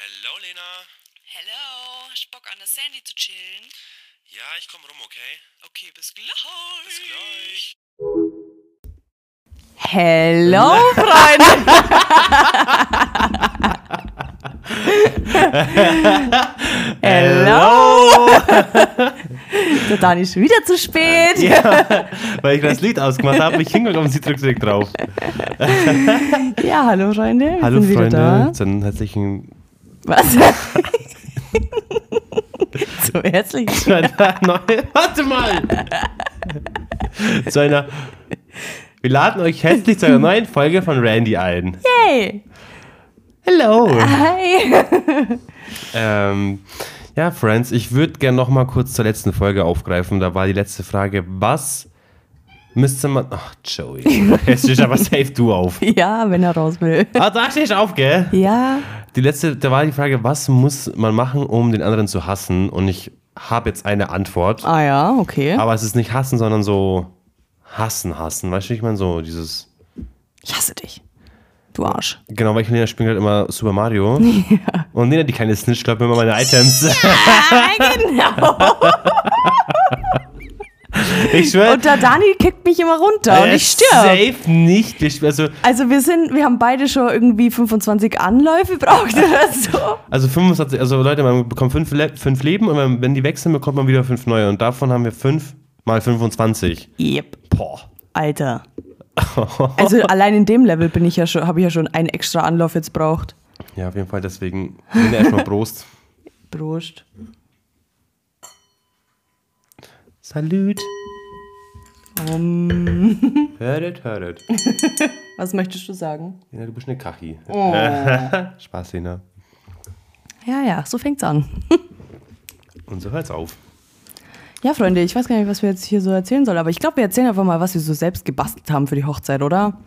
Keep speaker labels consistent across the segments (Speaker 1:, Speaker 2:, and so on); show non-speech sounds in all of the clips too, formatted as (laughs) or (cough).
Speaker 1: Lena.
Speaker 2: Hello, hast Bock an der Sandy zu chillen?
Speaker 1: Ja, ich komm rum, okay?
Speaker 2: Okay, bis gleich.
Speaker 1: Bis gleich.
Speaker 3: (laughs) Hello, Freunde! Hello!
Speaker 4: (laughs)
Speaker 3: Der Dani ist wieder zu spät.
Speaker 4: Ja, weil ich das Lied ausgemacht habe, bin ich
Speaker 3: (laughs)
Speaker 4: hingegangen und sie drückt direkt drauf.
Speaker 3: Ja, hallo, Freunde. Wir
Speaker 4: Hallo
Speaker 3: sind wieder
Speaker 4: Freunde,
Speaker 3: da.
Speaker 4: zu einem herzlichen (laughs)
Speaker 3: Was? (laughs) so herzlich.
Speaker 4: zu einer neuen, warte mal! zu einer Wir laden euch herzlich zu einer neuen Folge von Randy ein.
Speaker 3: Hey!
Speaker 4: Hello!
Speaker 3: Hi!
Speaker 4: Ähm, ja, Friends, ich würde gerne noch mal kurz zur letzten Folge aufgreifen. Da war die letzte Frage, was müsste man... Ach, Joey,
Speaker 3: (laughs)
Speaker 4: jetzt stehst aber safe du auf.
Speaker 3: (laughs) Ja, wenn er raus will.
Speaker 4: Ah, da stehst du auf, gell?
Speaker 3: Ja,
Speaker 4: Die letzte, da war die Frage, was muss man machen, um den anderen zu hassen? Und ich habe jetzt eine Antwort.
Speaker 3: ah ja, okay.
Speaker 4: Aber es ist nicht hassen, sondern so hassen, hassen. Weißt du, wie ich meine, so dieses.
Speaker 3: Ich hasse dich. Du Arsch.
Speaker 4: Genau, weil ich und Lena spielen gerade immer Super Mario. (laughs) Und Lena, die kleine Snitch, glaubt mir immer meine Items. (laughs)
Speaker 3: (laughs) Ja, genau.
Speaker 4: Ich schwöre.
Speaker 3: Und der Dani kickt mich immer runter und ich stirb.
Speaker 4: Äh, Safe nicht. Wir spielen- Also,
Speaker 3: Also wir sind, wir haben beide schon irgendwie 25 Anläufe braucht oder so.
Speaker 4: also 25, also Leute, man bekommt fünf, Le fünf Leben und wenn- wenn die wechseln, bekommt man wieder fünf neue. Und davon haben wir fünf mal 25.
Speaker 3: Yep.
Speaker 4: Boah.
Speaker 3: Alter. Also allein in dem Level bin ich ja schon, habe ich ja schon einen extra Anlauf jetzt braucht.
Speaker 4: Ja, auf jeden Fall deswegen. Lena, erstmal (laughs) Prost.
Speaker 3: Prost.
Speaker 4: Salut.
Speaker 3: Um, (laughs)
Speaker 4: Höret, höret.
Speaker 3: was möchtest du sagen?
Speaker 4: Lena, du bist eine Kachi.
Speaker 3: Oh.
Speaker 4: (laughs) Spaß, Lena.
Speaker 3: Ja, ja, so fängt's an.
Speaker 4: Und so hört's auf.
Speaker 3: Ja, Freunde, ich weiß gar nicht, was wir jetzt hier so erzählen sollen, aber ich glaube, wir erzählen einfach mal, was wir so selbst gebastelt haben für die Hochzeit, oder?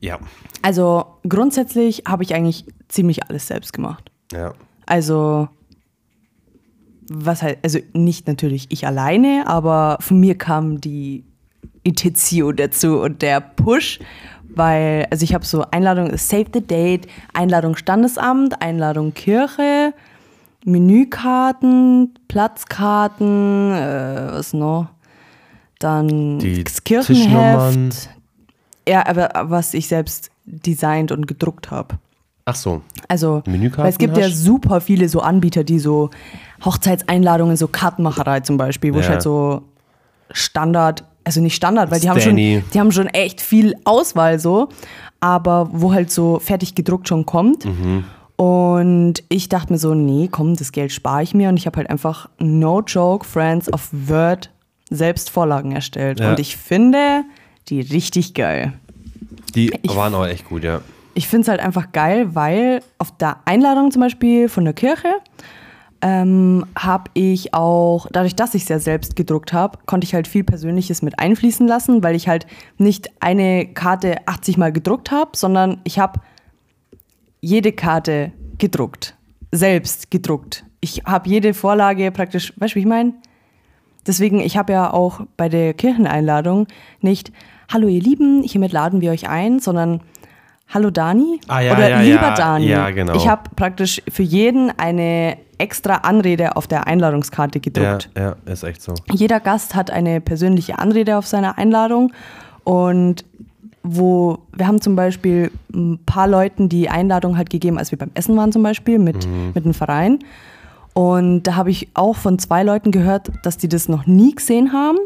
Speaker 4: Ja.
Speaker 3: Also grundsätzlich habe ich eigentlich ziemlich alles selbst gemacht.
Speaker 4: Ja.
Speaker 3: Also, was halt, also nicht natürlich ich alleine, aber von mir kam die Intizio dazu und der Push, weil, also ich habe so Einladung, Save the Date, Einladung Standesamt, Einladung Kirche, Menükarten, Platzkarten, äh, was noch? Dann
Speaker 4: Die
Speaker 3: das Kirchenheft.
Speaker 4: Tischnummern.
Speaker 3: Ja, aber was ich selbst designt und gedruckt habe.
Speaker 4: Ach so.
Speaker 3: Also,
Speaker 4: Menükarten
Speaker 3: weil es gibt ja
Speaker 4: hast?
Speaker 3: super viele so Anbieter, die so Hochzeitseinladungen, so Kartenmacherei zum Beispiel, wo ich
Speaker 4: Ja.
Speaker 3: halt so Standard, also nicht Standard, weil die haben, schon,
Speaker 4: Stanley.
Speaker 3: die haben schon echt viel Auswahl so, aber wo halt so fertig gedruckt schon kommt.
Speaker 4: Mhm.
Speaker 3: Und ich dachte mir so, nee, komm, das Geld spare ich mir. Und ich habe halt einfach No Joke Friends of Word selbst Vorlagen erstellt.
Speaker 4: Ja.
Speaker 3: Und ich finde die richtig geil.
Speaker 4: Die waren aber echt gut, ja.
Speaker 3: Ich finde es halt einfach geil, weil auf der Einladung zum Beispiel von der Kirche ähm, habe ich auch, dadurch, dass ich es ja selbst gedruckt habe, konnte ich halt viel Persönliches mit einfließen lassen, weil ich halt nicht eine Karte 80 Mal gedruckt habe, sondern ich habe jede Karte gedruckt, selbst gedruckt. Ich habe jede Vorlage praktisch, weißt du, wie ich meine? Deswegen, ich habe ja auch bei der Kircheneinladung nicht, hallo ihr Lieben, hiermit laden wir euch ein, sondern hallo Dani
Speaker 4: Ah, ja,
Speaker 3: oder
Speaker 4: ja,
Speaker 3: lieber
Speaker 4: ja.
Speaker 3: Dani.
Speaker 4: Ja, genau.
Speaker 3: Ich habe praktisch für jeden eine extra Anrede auf der Einladungskarte
Speaker 4: Ja,
Speaker 3: gedruckt.
Speaker 4: ja, ist echt so.
Speaker 3: Jeder Gast hat eine persönliche Anrede auf seiner Einladung und wo wir haben zum Beispiel ein paar Leuten die Einladung halt gegeben, als wir beim Essen waren zum Beispiel mit,
Speaker 4: Mhm.
Speaker 3: mit einem Verein. Und da habe ich auch von zwei Leuten gehört, dass die das noch nie gesehen haben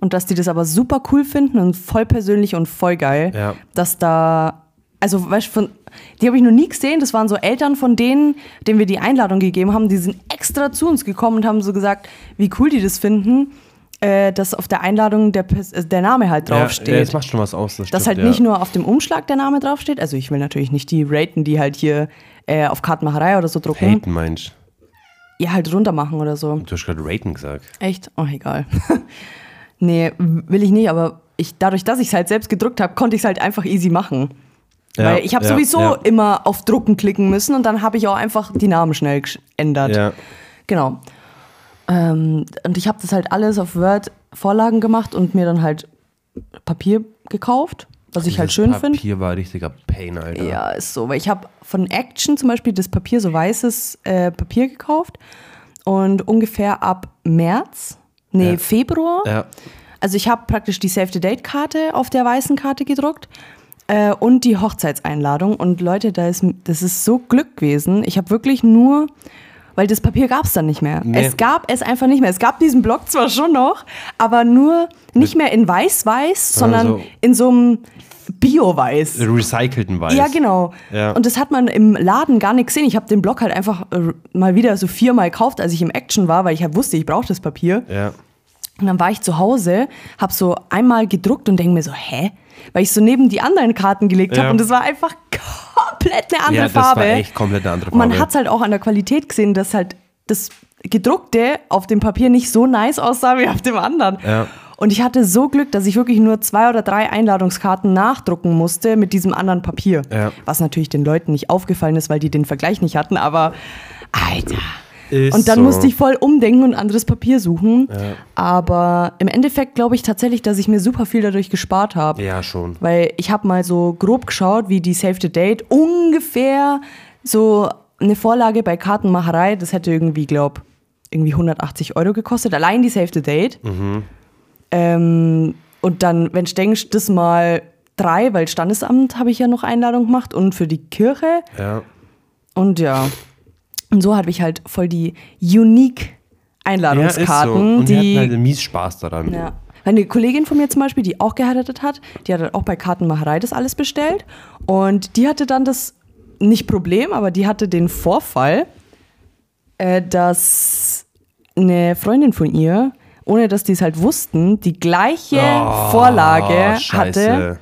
Speaker 3: und dass die das aber super cool finden und voll persönlich und voll geil,
Speaker 4: Ja.
Speaker 3: dass da, also weißt du, von- die habe ich noch nie gesehen, das waren so Eltern von denen, denen wir die Einladung gegeben haben, die sind extra zu uns gekommen und haben so gesagt, wie cool die das finden, äh, dass auf der Einladung der, Pers- äh, der Name halt draufsteht.
Speaker 4: Ja, das macht schon was aus. Das
Speaker 3: Dass
Speaker 4: stimmt,
Speaker 3: halt
Speaker 4: ja.
Speaker 3: nicht nur auf dem Umschlag der Name draufsteht. Also ich will natürlich nicht die raten, die halt hier äh, auf Kartenmacherei oder so drucken.
Speaker 4: Haten meinst
Speaker 3: Ja, halt runtermachen oder so.
Speaker 4: du? Du hast gerade raten gesagt.
Speaker 3: Echt? Oh, egal. (laughs) nee, will ich nicht, aber ich, dadurch, dass ich es halt selbst gedruckt habe, konnte ich es halt einfach easy machen.
Speaker 4: Ja,
Speaker 3: Weil ich habe
Speaker 4: ja,
Speaker 3: sowieso
Speaker 4: ja.
Speaker 3: immer auf Drucken klicken müssen und dann habe ich auch einfach die Namen schnell geändert.
Speaker 4: Ja.
Speaker 3: Genau. Ähm, und ich habe das halt alles auf Word-Vorlagen gemacht und mir dann halt Papier gekauft was ich halt schön finde.
Speaker 4: Papier war richtiger Pain, Alter.
Speaker 3: Ja, ist so. Weil ich habe von Action zum Beispiel das Papier, so weißes äh, Papier gekauft. Und ungefähr ab März, nee,
Speaker 4: Ja.
Speaker 3: Februar.
Speaker 4: Ja.
Speaker 3: Also ich habe praktisch die Save the Date-Karte auf der weißen Karte gedruckt. Äh, und die Hochzeitseinladung. Und Leute, da ist, das ist so Glück gewesen. Ich habe wirklich nur, weil das Papier gab es dann nicht mehr.
Speaker 4: Nee.
Speaker 3: Es gab es einfach nicht mehr. Es gab diesen Blog zwar schon noch, aber nur nicht mehr in weiß-weiß, sondern
Speaker 4: Also so-
Speaker 3: in so einem Bio-Weiß.
Speaker 4: Recycelten Weiß.
Speaker 3: Ja, genau.
Speaker 4: Ja.
Speaker 3: Und das hat man im Laden gar nicht gesehen. Ich habe den Block halt einfach äh, mal wieder so viermal gekauft, als ich im Action war, weil ich halt wusste, ich brauche das Papier.
Speaker 4: Ja.
Speaker 3: Und dann war ich zu Hause, habe so einmal gedruckt und denke mir so, hä? Weil ich so neben die anderen Karten gelegt habe
Speaker 4: Ja.
Speaker 3: und es war einfach komplett eine andere
Speaker 4: Ja, das war
Speaker 3: Farbe.
Speaker 4: echt komplett eine andere
Speaker 3: Und man
Speaker 4: Farbe.
Speaker 3: hat es halt auch an der Qualität gesehen, dass halt das gedruckte auf dem Papier nicht so nice aussah wie auf dem anderen.
Speaker 4: Ja.
Speaker 3: Und ich hatte so Glück, dass ich wirklich nur zwei oder drei Einladungskarten nachdrucken musste mit diesem anderen Papier.
Speaker 4: Ja.
Speaker 3: Was natürlich den Leuten nicht aufgefallen ist, weil die den Vergleich nicht hatten, aber Alter.
Speaker 4: Ist
Speaker 3: und dann
Speaker 4: so.
Speaker 3: musste ich voll umdenken und anderes Papier suchen. Aber im Endeffekt glaube ich tatsächlich, dass ich mir super viel dadurch gespart habe.
Speaker 4: Ja, schon.
Speaker 3: Weil ich habe mal so grob geschaut, wie die Save the Date ungefähr so eine Vorlage bei Kartenmacherei, das hätte irgendwie, glaub, irgendwie 180 Euro gekostet, allein die Save the Date.
Speaker 4: Mhm.
Speaker 3: Ähm, und dann, wenn du denkst, das mal drei, weil Standesamt habe ich ja noch Einladung gemacht und für die Kirche.
Speaker 4: Ja.
Speaker 3: Und ja, und so habe ich halt voll die unique
Speaker 4: Ja, ist so.
Speaker 3: Einladungskarten,
Speaker 4: Und die,
Speaker 3: die
Speaker 4: hatten halt einen mies Spaß daran.
Speaker 3: ja. Eine Kollegin von mir zum Beispiel, die auch geheiratet hat, die hat halt auch bei Kartenmacherei das alles bestellt. Und die hatte dann das, nicht Problem, aber die hatte den Vorfall, äh, dass eine Freundin von ihr, ohne dass die es halt wussten, die gleiche
Speaker 4: Oh,
Speaker 3: Vorlage hatte.
Speaker 4: Scheiße.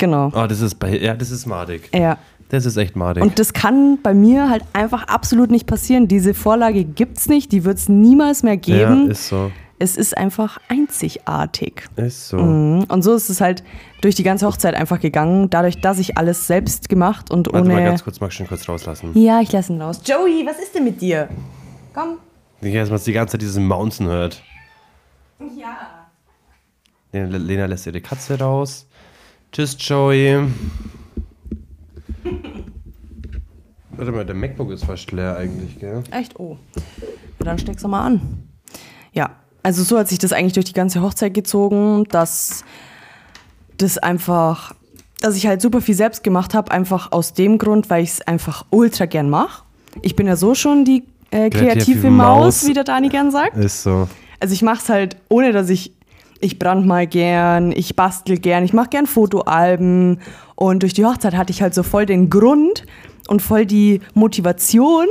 Speaker 3: Genau.
Speaker 4: Oh, das ist bei, ja, das ist madig.
Speaker 3: Ja.
Speaker 4: Das ist echt madig.
Speaker 3: Äh. Und das kann bei mir halt einfach absolut nicht passieren. Diese Vorlage gibt's nicht, die wird's niemals mehr geben.
Speaker 4: Ja, ist so.
Speaker 3: es ist einfach einzigartig.
Speaker 4: Ist so.
Speaker 3: Mhm. Und so ist es halt durch die ganze Hochzeit einfach gegangen, dadurch, dass ich alles selbst gemacht und
Speaker 4: Warte mal
Speaker 3: ohne.
Speaker 4: ganz kurz, magst du ihn kurz rauslassen?
Speaker 3: Ja, ich lasse ihn raus. Joey, was ist denn mit dir? Komm.
Speaker 4: Ich dass man die ganze Zeit diesen Mountain hört.
Speaker 3: Ja.
Speaker 4: Lena, Lena lässt ihre Katze raus. Tschüss, Joey. Warte mal, der MacBook ist fast leer eigentlich, gell?
Speaker 3: Echt? Oh. Ja, dann steck's doch mal an. Ja, also so hat sich das eigentlich durch die ganze Hochzeit gezogen, dass das einfach, dass ich halt super viel selbst gemacht habe, einfach aus dem Grund, weil ich es einfach ultra gern mache. Ich bin ja so schon die äh, kreative,
Speaker 4: Kreative
Speaker 3: Maus,
Speaker 4: Maus.
Speaker 3: wie der Dani gern sagt.
Speaker 4: Ist so.
Speaker 3: Also ich mache es halt, ohne dass ich, ich brand mal gern, ich bastel gern, ich mache gern Fotoalben. Und durch die Hochzeit hatte ich halt so voll den Grund und voll die Motivation,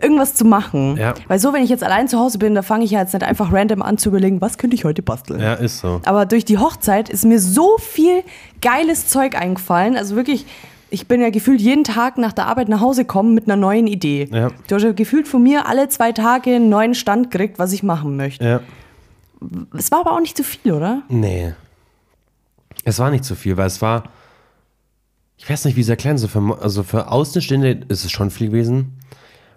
Speaker 3: irgendwas zu machen.
Speaker 4: Ja.
Speaker 3: Weil so, wenn ich jetzt allein zu Hause bin, da fange ich ja jetzt nicht einfach random an zu überlegen, was könnte ich heute basteln.
Speaker 4: Ja, ist so.
Speaker 3: Aber durch die Hochzeit ist mir so viel geiles Zeug eingefallen. Also wirklich, ich bin ja gefühlt jeden Tag nach der Arbeit nach Hause kommen mit einer neuen Idee.
Speaker 4: Ja.
Speaker 3: Du hast ja gefühlt von mir alle zwei Tage einen neuen Stand gekriegt, was ich machen möchte.
Speaker 4: Ja.
Speaker 3: Es war aber auch nicht zu viel, oder?
Speaker 4: Nee. Es war nicht zu viel, weil es war. Ich weiß nicht, wie es erklären soll. Für, also für Außenstehende ist es schon viel gewesen.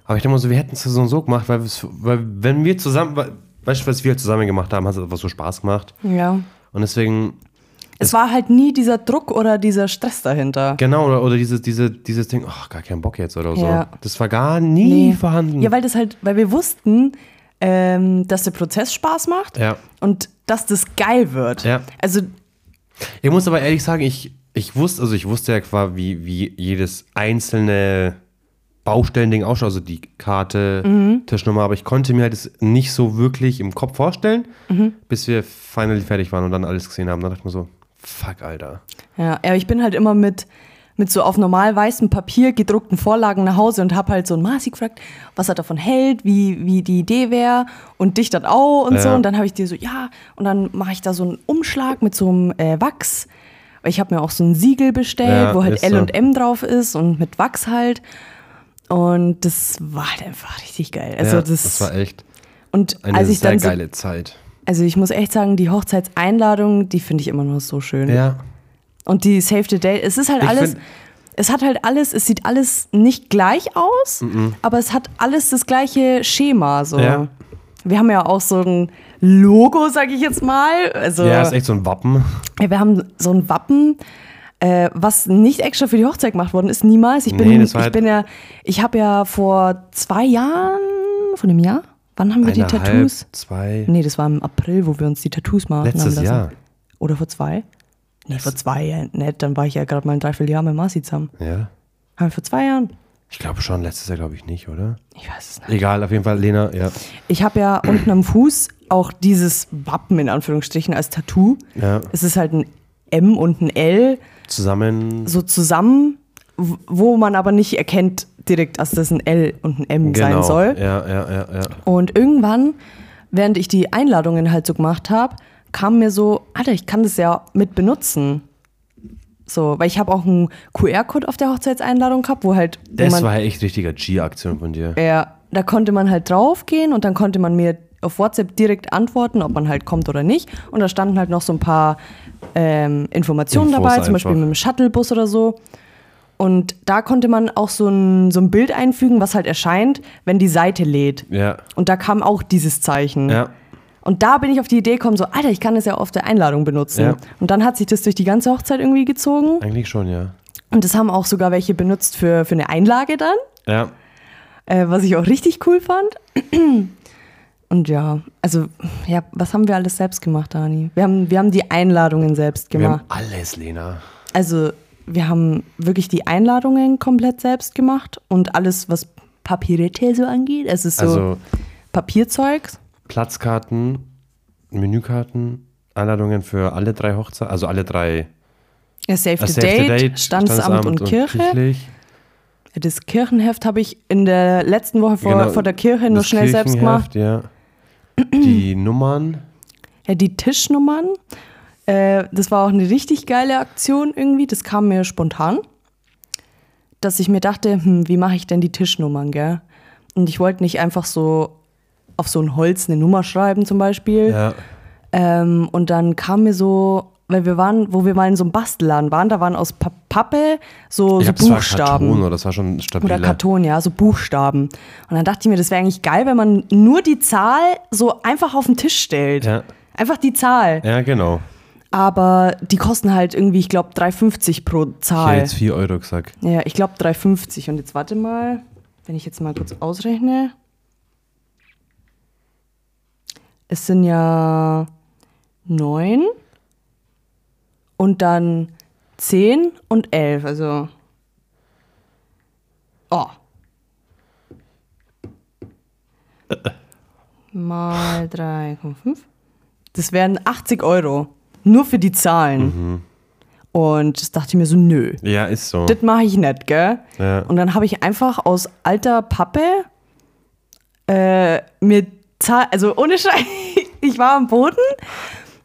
Speaker 4: Aber ich denke mal so, wir hätten es so und so gemacht, weil, wir's- weil wenn wir zusammen. weil- Weißt du, was wir halt zusammen gemacht haben, hat es einfach so Spaß gemacht.
Speaker 3: Ja.
Speaker 4: Und deswegen,
Speaker 3: Es war halt nie dieser Druck oder dieser Stress dahinter.
Speaker 4: genau, oder, oder dieses, diese, dieses Ding, ach, gar keinen Bock jetzt oder so.
Speaker 3: Ja.
Speaker 4: Das war gar nie vorhanden.
Speaker 3: Ja, weil das halt, weil wir wussten, ähm, dass der Prozess Spaß macht
Speaker 4: Ja.
Speaker 3: und dass das geil wird.
Speaker 4: Ja.
Speaker 3: Also
Speaker 4: Ich muss aber ehrlich sagen, ich, ich wusste, also ich wusste ja quasi, wie, wie jedes einzelne Baustellending ausschaut, also die Karte,
Speaker 3: Mhm.
Speaker 4: Tischnummer, aber ich konnte mir halt das nicht so wirklich im Kopf vorstellen,
Speaker 3: Mhm.
Speaker 4: bis wir finally fertig waren und dann alles gesehen haben. Dann dachte ich mir so, fuck, Alter.
Speaker 3: Ja, ja, ich bin halt immer mit, mit so auf normal weißem Papier gedruckten Vorlagen nach Hause und hab halt so einen Marci gefragt, was er davon hält, wie, wie die Idee wäre und dich dann auch und so.
Speaker 4: Ja.
Speaker 3: Und dann habe ich dir so, ja, und dann mache ich da so einen Umschlag mit so einem äh, Wachs. Weil Ich habe mir auch so ein Siegel bestellt,
Speaker 4: Ja,
Speaker 3: wo halt
Speaker 4: ist
Speaker 3: L
Speaker 4: so.
Speaker 3: und M drauf ist und mit Wachs halt. Und das war halt einfach richtig geil. Also
Speaker 4: ja,
Speaker 3: das,
Speaker 4: das war echt
Speaker 3: und
Speaker 4: eine
Speaker 3: als ich
Speaker 4: sehr
Speaker 3: dann so,
Speaker 4: geile Zeit.
Speaker 3: also ich muss echt sagen, die Hochzeitseinladung, die finde ich immer noch so schön.
Speaker 4: Ja,
Speaker 3: Und die Save the Date, es ist halt
Speaker 4: Ich
Speaker 3: alles,
Speaker 4: find-
Speaker 3: es hat halt alles, es sieht alles nicht gleich aus, aber es hat alles das gleiche Schema. So.
Speaker 4: Ja.
Speaker 3: Wir haben ja auch so ein Logo, sag ich jetzt mal. Also,
Speaker 4: Ja, ist echt so ein Wappen.
Speaker 3: ja, wir haben so ein Wappen, äh, was nicht extra für die Hochzeit gemacht worden ist, niemals. Ich bin,
Speaker 4: Nee, das
Speaker 3: ich
Speaker 4: war halt-
Speaker 3: bin ja, ich habe ja vor zwei Jahren, von dem Jahr, wann haben wir die
Speaker 4: Eineinhalb,
Speaker 3: Tattoos?
Speaker 4: zwei.
Speaker 3: Nee, das war im April, wo wir uns die Tattoos machen
Speaker 4: Letztes
Speaker 3: haben lassen.
Speaker 4: Jahr.
Speaker 3: Oder vor zwei? Nee, vor zwei Jahren nicht. Dann war ich ja gerade mal ein Dreivierteljahr mit Marci zusammen.
Speaker 4: Ja.
Speaker 3: Haben wir vor zwei Jahren?
Speaker 4: Ich glaube schon, letztes Jahr glaube ich nicht, oder?
Speaker 3: Ich weiß es nicht.
Speaker 4: Egal, auf jeden Fall, Lena, ja.
Speaker 3: Ich
Speaker 4: (clears throat)
Speaker 3: habe ja unten am Fuß auch dieses Wappen in Anführungsstrichen als Tattoo.
Speaker 4: Ja.
Speaker 3: Es ist halt ein M und ein L
Speaker 4: Zusammen.
Speaker 3: so zusammen, w- wo man aber nicht erkennt direkt, dass das ein L und ein M
Speaker 4: Genau.
Speaker 3: sein soll.
Speaker 4: Ja, ja, ja, ja.
Speaker 3: Und irgendwann, während ich die Einladungen halt so gemacht habe, kam mir so, Alter, ich kann das ja mit benutzen. So, weil ich habe auch einen QR-Code auf der Hochzeitseinladung gehabt, wo halt, wo
Speaker 4: Das
Speaker 3: man,
Speaker 4: war ja echt richtiger G-Aktion von dir.
Speaker 3: ja, da konnte man halt draufgehen und dann konnte man mir auf WhatsApp direkt antworten, ob man halt kommt oder nicht. Und da standen halt noch so ein paar ähm, Informationen
Speaker 4: Infos
Speaker 3: dabei, zum Beispiel
Speaker 4: einfach.
Speaker 3: mit dem Shuttlebus oder so. Und da konnte man auch so ein, so ein Bild einfügen, was halt erscheint, wenn die Seite lädt.
Speaker 4: Ja.
Speaker 3: Und da kam auch dieses Zeichen.
Speaker 4: Ja.
Speaker 3: Und da bin ich auf die Idee gekommen, so, Alter, ich kann das ja auf der Einladung benutzen.
Speaker 4: Ja.
Speaker 3: Und dann hat sich das durch die ganze Hochzeit irgendwie gezogen.
Speaker 4: Eigentlich schon, ja.
Speaker 3: Und das haben auch sogar welche benutzt für, für eine Einlage dann
Speaker 4: Ja.
Speaker 3: äh, was ich auch richtig cool fand. (clears throat) Und ja, also, ja, was haben wir alles selbst gemacht, Dani? Wir haben, wir haben die Einladungen selbst
Speaker 4: Wir
Speaker 3: gemacht.
Speaker 4: haben alles, Lena.
Speaker 3: Also, wir haben wirklich die Einladungen komplett selbst gemacht und alles, was Papierette so angeht. Es ist so
Speaker 4: Also-
Speaker 3: Papierzeugs.
Speaker 4: Platzkarten, Menükarten, Einladungen für alle drei Hochzeiten, also alle drei.
Speaker 3: Ja, Save,
Speaker 4: äh,
Speaker 3: the,
Speaker 4: Save the
Speaker 3: Date, Standesamt, und, Kirche.
Speaker 4: kirchlich.
Speaker 3: Das Kirchenheft habe ich in der letzten Woche vor,
Speaker 4: Genau,
Speaker 3: vor der Kirche nur
Speaker 4: das
Speaker 3: schnell selbst gemacht.
Speaker 4: Kirchenheft, Ja. Die Nummern.
Speaker 3: Ja, die Tischnummern, äh, das war auch eine richtig geile Aktion irgendwie. Das kam mir spontan, dass ich mir dachte, hm, wie mache ich denn die Tischnummern, gell? Und ich wollte nicht einfach so auf so ein Holz eine Nummer schreiben zum Beispiel.
Speaker 4: Ja.
Speaker 3: Ähm, und dann kam mir so, weil wir waren, wo wir mal in so einem Bastelladen waren, da waren aus Pa- Pappe so, so
Speaker 4: glaub, das war
Speaker 3: Also Buchstaben.
Speaker 4: Karton, oder das war schon stabiler.
Speaker 3: Oder Karton, ja, so Buchstaben. Und dann dachte ich mir, das wäre eigentlich geil, wenn man nur die Zahl so einfach auf den Tisch stellt.
Speaker 4: Ja.
Speaker 3: Einfach die Zahl.
Speaker 4: Ja, genau.
Speaker 3: Aber die kosten halt irgendwie, ich glaube, 3,50 pro
Speaker 4: Ich hätte
Speaker 3: Zahl.
Speaker 4: jetzt 4 Euro gesagt.
Speaker 3: ja, ich glaube 3,50. Und jetzt warte mal, wenn ich jetzt mal kurz ausrechne. Es sind ja 9 und dann 10 und 11. Also. Oh. Mal 3,5. Das wären 80 Euro. Nur für die Zahlen. Und das dachte ich mir so, nö
Speaker 4: Ja, ist so.
Speaker 3: das mache ich nicht, gell?
Speaker 4: Ja.
Speaker 3: Und dann habe ich einfach aus alter Pappe äh, mir Zahl, also ohne Scheiß, (laughs) ich war am Boden,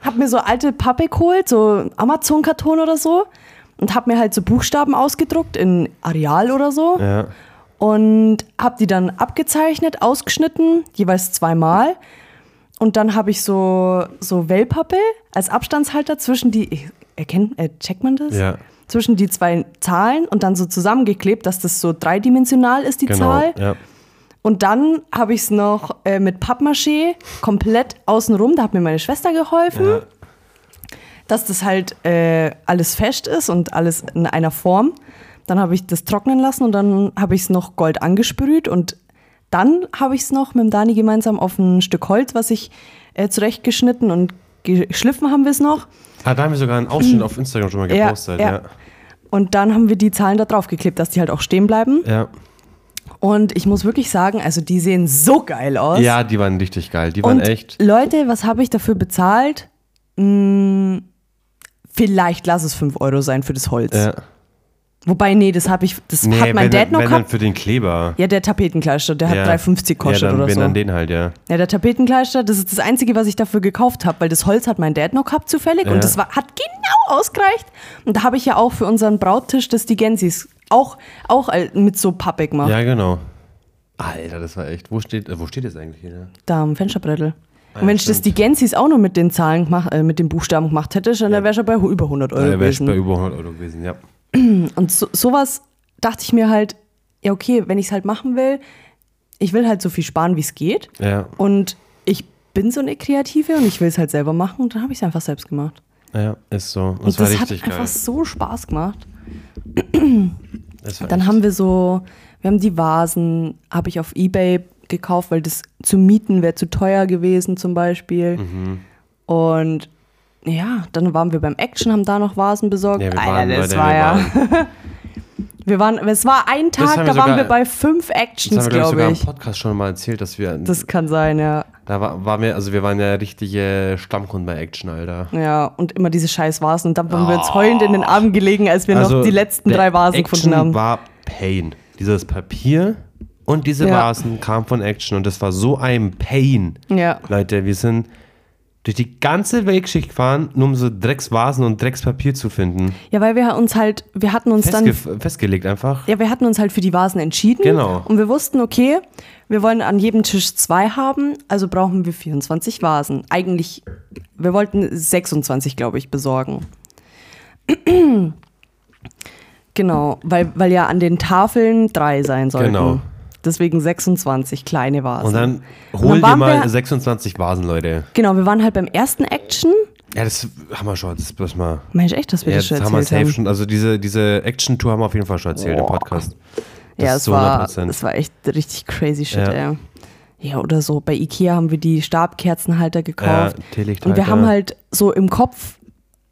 Speaker 3: habe mir so alte Pappe geholt, so Amazon-Karton oder so und habe mir halt so Buchstaben ausgedruckt in Areal oder so
Speaker 4: Ja.
Speaker 3: und habe die dann abgezeichnet, ausgeschnitten, jeweils zweimal. Und dann habe ich so, so Wellpappe als Abstandshalter zwischen die, erkennt, äh, checkt man das?
Speaker 4: Ja.
Speaker 3: Zwischen die zwei Zahlen und dann so zusammengeklebt, dass das so dreidimensional ist, die
Speaker 4: Genau.
Speaker 3: Zahl.
Speaker 4: Ja.
Speaker 3: Und dann habe ich es noch äh, mit Pappmaché komplett außenrum, da hat mir meine Schwester geholfen,
Speaker 4: Ja.
Speaker 3: dass das halt äh, alles fest ist und alles in einer Form. Dann habe ich das trocknen lassen und dann habe ich es noch Gold angesprüht und dann habe ich es noch mit dem Dani gemeinsam auf ein Stück Holz, was ich äh, zurechtgeschnitten und geschliffen haben wir es noch.
Speaker 4: Ah, da haben wir sogar einen Ausschnitt auf Instagram schon mal
Speaker 3: Ja,
Speaker 4: gepostet. Ja.
Speaker 3: Und dann haben wir die Zahlen da draufgeklebt, dass die halt auch stehen bleiben.
Speaker 4: Ja.
Speaker 3: Und ich muss wirklich sagen, also die sehen so geil aus.
Speaker 4: ja. die waren richtig geil. Die waren
Speaker 3: Und
Speaker 4: echt.
Speaker 3: Leute, was habe ich dafür bezahlt? Hm, vielleicht lass es 5 Euro sein für das Holz.
Speaker 4: Ja.
Speaker 3: Wobei, nee, das habe ich, das hat
Speaker 4: äh, wenn,
Speaker 3: mein Dad
Speaker 4: dann-
Speaker 3: noch
Speaker 4: wenn dann
Speaker 3: gehabt.
Speaker 4: für den Kleber.
Speaker 3: Ja, der Tapetenkleister, der
Speaker 4: Ja.
Speaker 3: hat 3,50 gekostet
Speaker 4: ja, dann,
Speaker 3: oder
Speaker 4: wenn
Speaker 3: so.
Speaker 4: dann den halt, ja.
Speaker 3: Ja, der Tapetenkleister, das ist das Einzige, was ich dafür gekauft habe, weil das Holz hat mein Dad noch gehabt zufällig
Speaker 4: Ja.
Speaker 3: und das war, hat genau ausgereicht. Und da habe ich ja auch für unseren Brauttisch das die Gensis auch, auch all- mit so Pappe gemacht.
Speaker 4: Ja, genau. Alter, das war echt. Wo steht, äh, wo steht das eigentlich hier? ne?
Speaker 3: Da am Fensterbrettel.
Speaker 4: ja,
Speaker 3: Und wenn ich das
Speaker 4: Ah, stimmt.
Speaker 3: die Gensis auch nur mit den Zahlen gemacht, äh, mit den Buchstaben gemacht hätte, dann wäre ich ja bei hu- über 100 Euro
Speaker 4: Da wäre ich bei
Speaker 3: gewesen.
Speaker 4: über 100 Euro gewesen, ja.
Speaker 3: Und so, sowas dachte ich mir halt, ja okay, wenn ich es halt machen will, ich will halt so viel sparen, wie es geht.
Speaker 4: Ja.
Speaker 3: Und ich bin so eine Kreative und ich will es halt selber machen und dann habe ich es einfach selbst gemacht.
Speaker 4: Ja, ist so. Das,
Speaker 3: Und
Speaker 4: war
Speaker 3: das hat
Speaker 4: richtig
Speaker 3: einfach
Speaker 4: geil.
Speaker 3: so Spaß gemacht.
Speaker 4: Das war
Speaker 3: Dann
Speaker 4: echt-
Speaker 3: haben wir so, wir haben die Vasen, habe ich auf Ebay gekauft, weil das zu mieten wäre zu teuer gewesen zum Beispiel.
Speaker 4: Mhm.
Speaker 3: Und ja, dann waren wir beim Action, haben da noch Vasen besorgt.
Speaker 4: ja, wir
Speaker 3: Alter,
Speaker 4: waren bei
Speaker 3: das
Speaker 4: der,
Speaker 3: war
Speaker 4: wir
Speaker 3: ja.
Speaker 4: waren,
Speaker 3: Wir waren, es war ein
Speaker 4: haben
Speaker 3: Tag,
Speaker 4: wir
Speaker 3: da waren
Speaker 4: sogar-
Speaker 3: wir bei fünf
Speaker 4: das haben
Speaker 3: Actions,
Speaker 4: wir, glaube ich,
Speaker 3: glaube
Speaker 4: sogar
Speaker 3: ich.
Speaker 4: im Podcast schon mal erzählt, dass wir,
Speaker 3: Das kann sein, ja.
Speaker 4: da war, waren wir, also wir waren ja richtige Stammkunden bei Action, Alter.
Speaker 3: Ja, und immer diese scheiß Vasen. Und dann haben wir uns heulend in den Armen gelegen, als wir noch die letzten
Speaker 4: Oh. Also der
Speaker 3: drei Vasen
Speaker 4: Action
Speaker 3: gefunden haben.
Speaker 4: war Pain. Dieses Papier und diese
Speaker 3: Ja.
Speaker 4: Vasen kamen von Action und das war so ein Pain.
Speaker 3: Ja.
Speaker 4: Leute, wir sind durch die ganze Weltschicht gefahren, nur um so Drecksvasen und Dreckspapier zu finden.
Speaker 3: Ja, weil wir uns halt, wir hatten uns dann,
Speaker 4: Festge festgelegt einfach.
Speaker 3: ja, wir hatten uns halt für die Vasen entschieden.
Speaker 4: Genau.
Speaker 3: Und wir wussten, okay, wir wollen an jedem Tisch zwei haben, also brauchen wir 24 Vasen. Eigentlich, wir wollten 26, glaube ich, besorgen. (clears throat) genau, weil, weil ja an den Tafeln drei sein sollten.
Speaker 4: Genau.
Speaker 3: Deswegen 26 kleine Vasen.
Speaker 4: Und dann
Speaker 3: Und dann
Speaker 4: hol dir
Speaker 3: waren
Speaker 4: mal
Speaker 3: wir-
Speaker 4: 26 Vasen, Leute.
Speaker 3: Genau, wir waren halt beim ersten Action.
Speaker 4: Ja, das haben wir schon. Das müssen wir.
Speaker 3: Mensch, echt, dass wir
Speaker 4: Ja,
Speaker 3: das
Speaker 4: das
Speaker 3: schon
Speaker 4: haben wir
Speaker 3: erzählt
Speaker 4: safe
Speaker 3: haben.
Speaker 4: schon. Also diese, diese Action-Tour haben wir auf jeden Fall schon erzählt im Podcast. Das
Speaker 3: ja,
Speaker 4: ist
Speaker 3: es
Speaker 4: zu
Speaker 3: war,
Speaker 4: 100%.
Speaker 3: es war echt richtig crazy shit,
Speaker 4: Ja.
Speaker 3: ey. Ja, oder so. Bei Ikea haben wir die Stabkerzenhalter gekauft.
Speaker 4: Ja, Teelichthalter.
Speaker 3: und wir haben halt so im Kopf,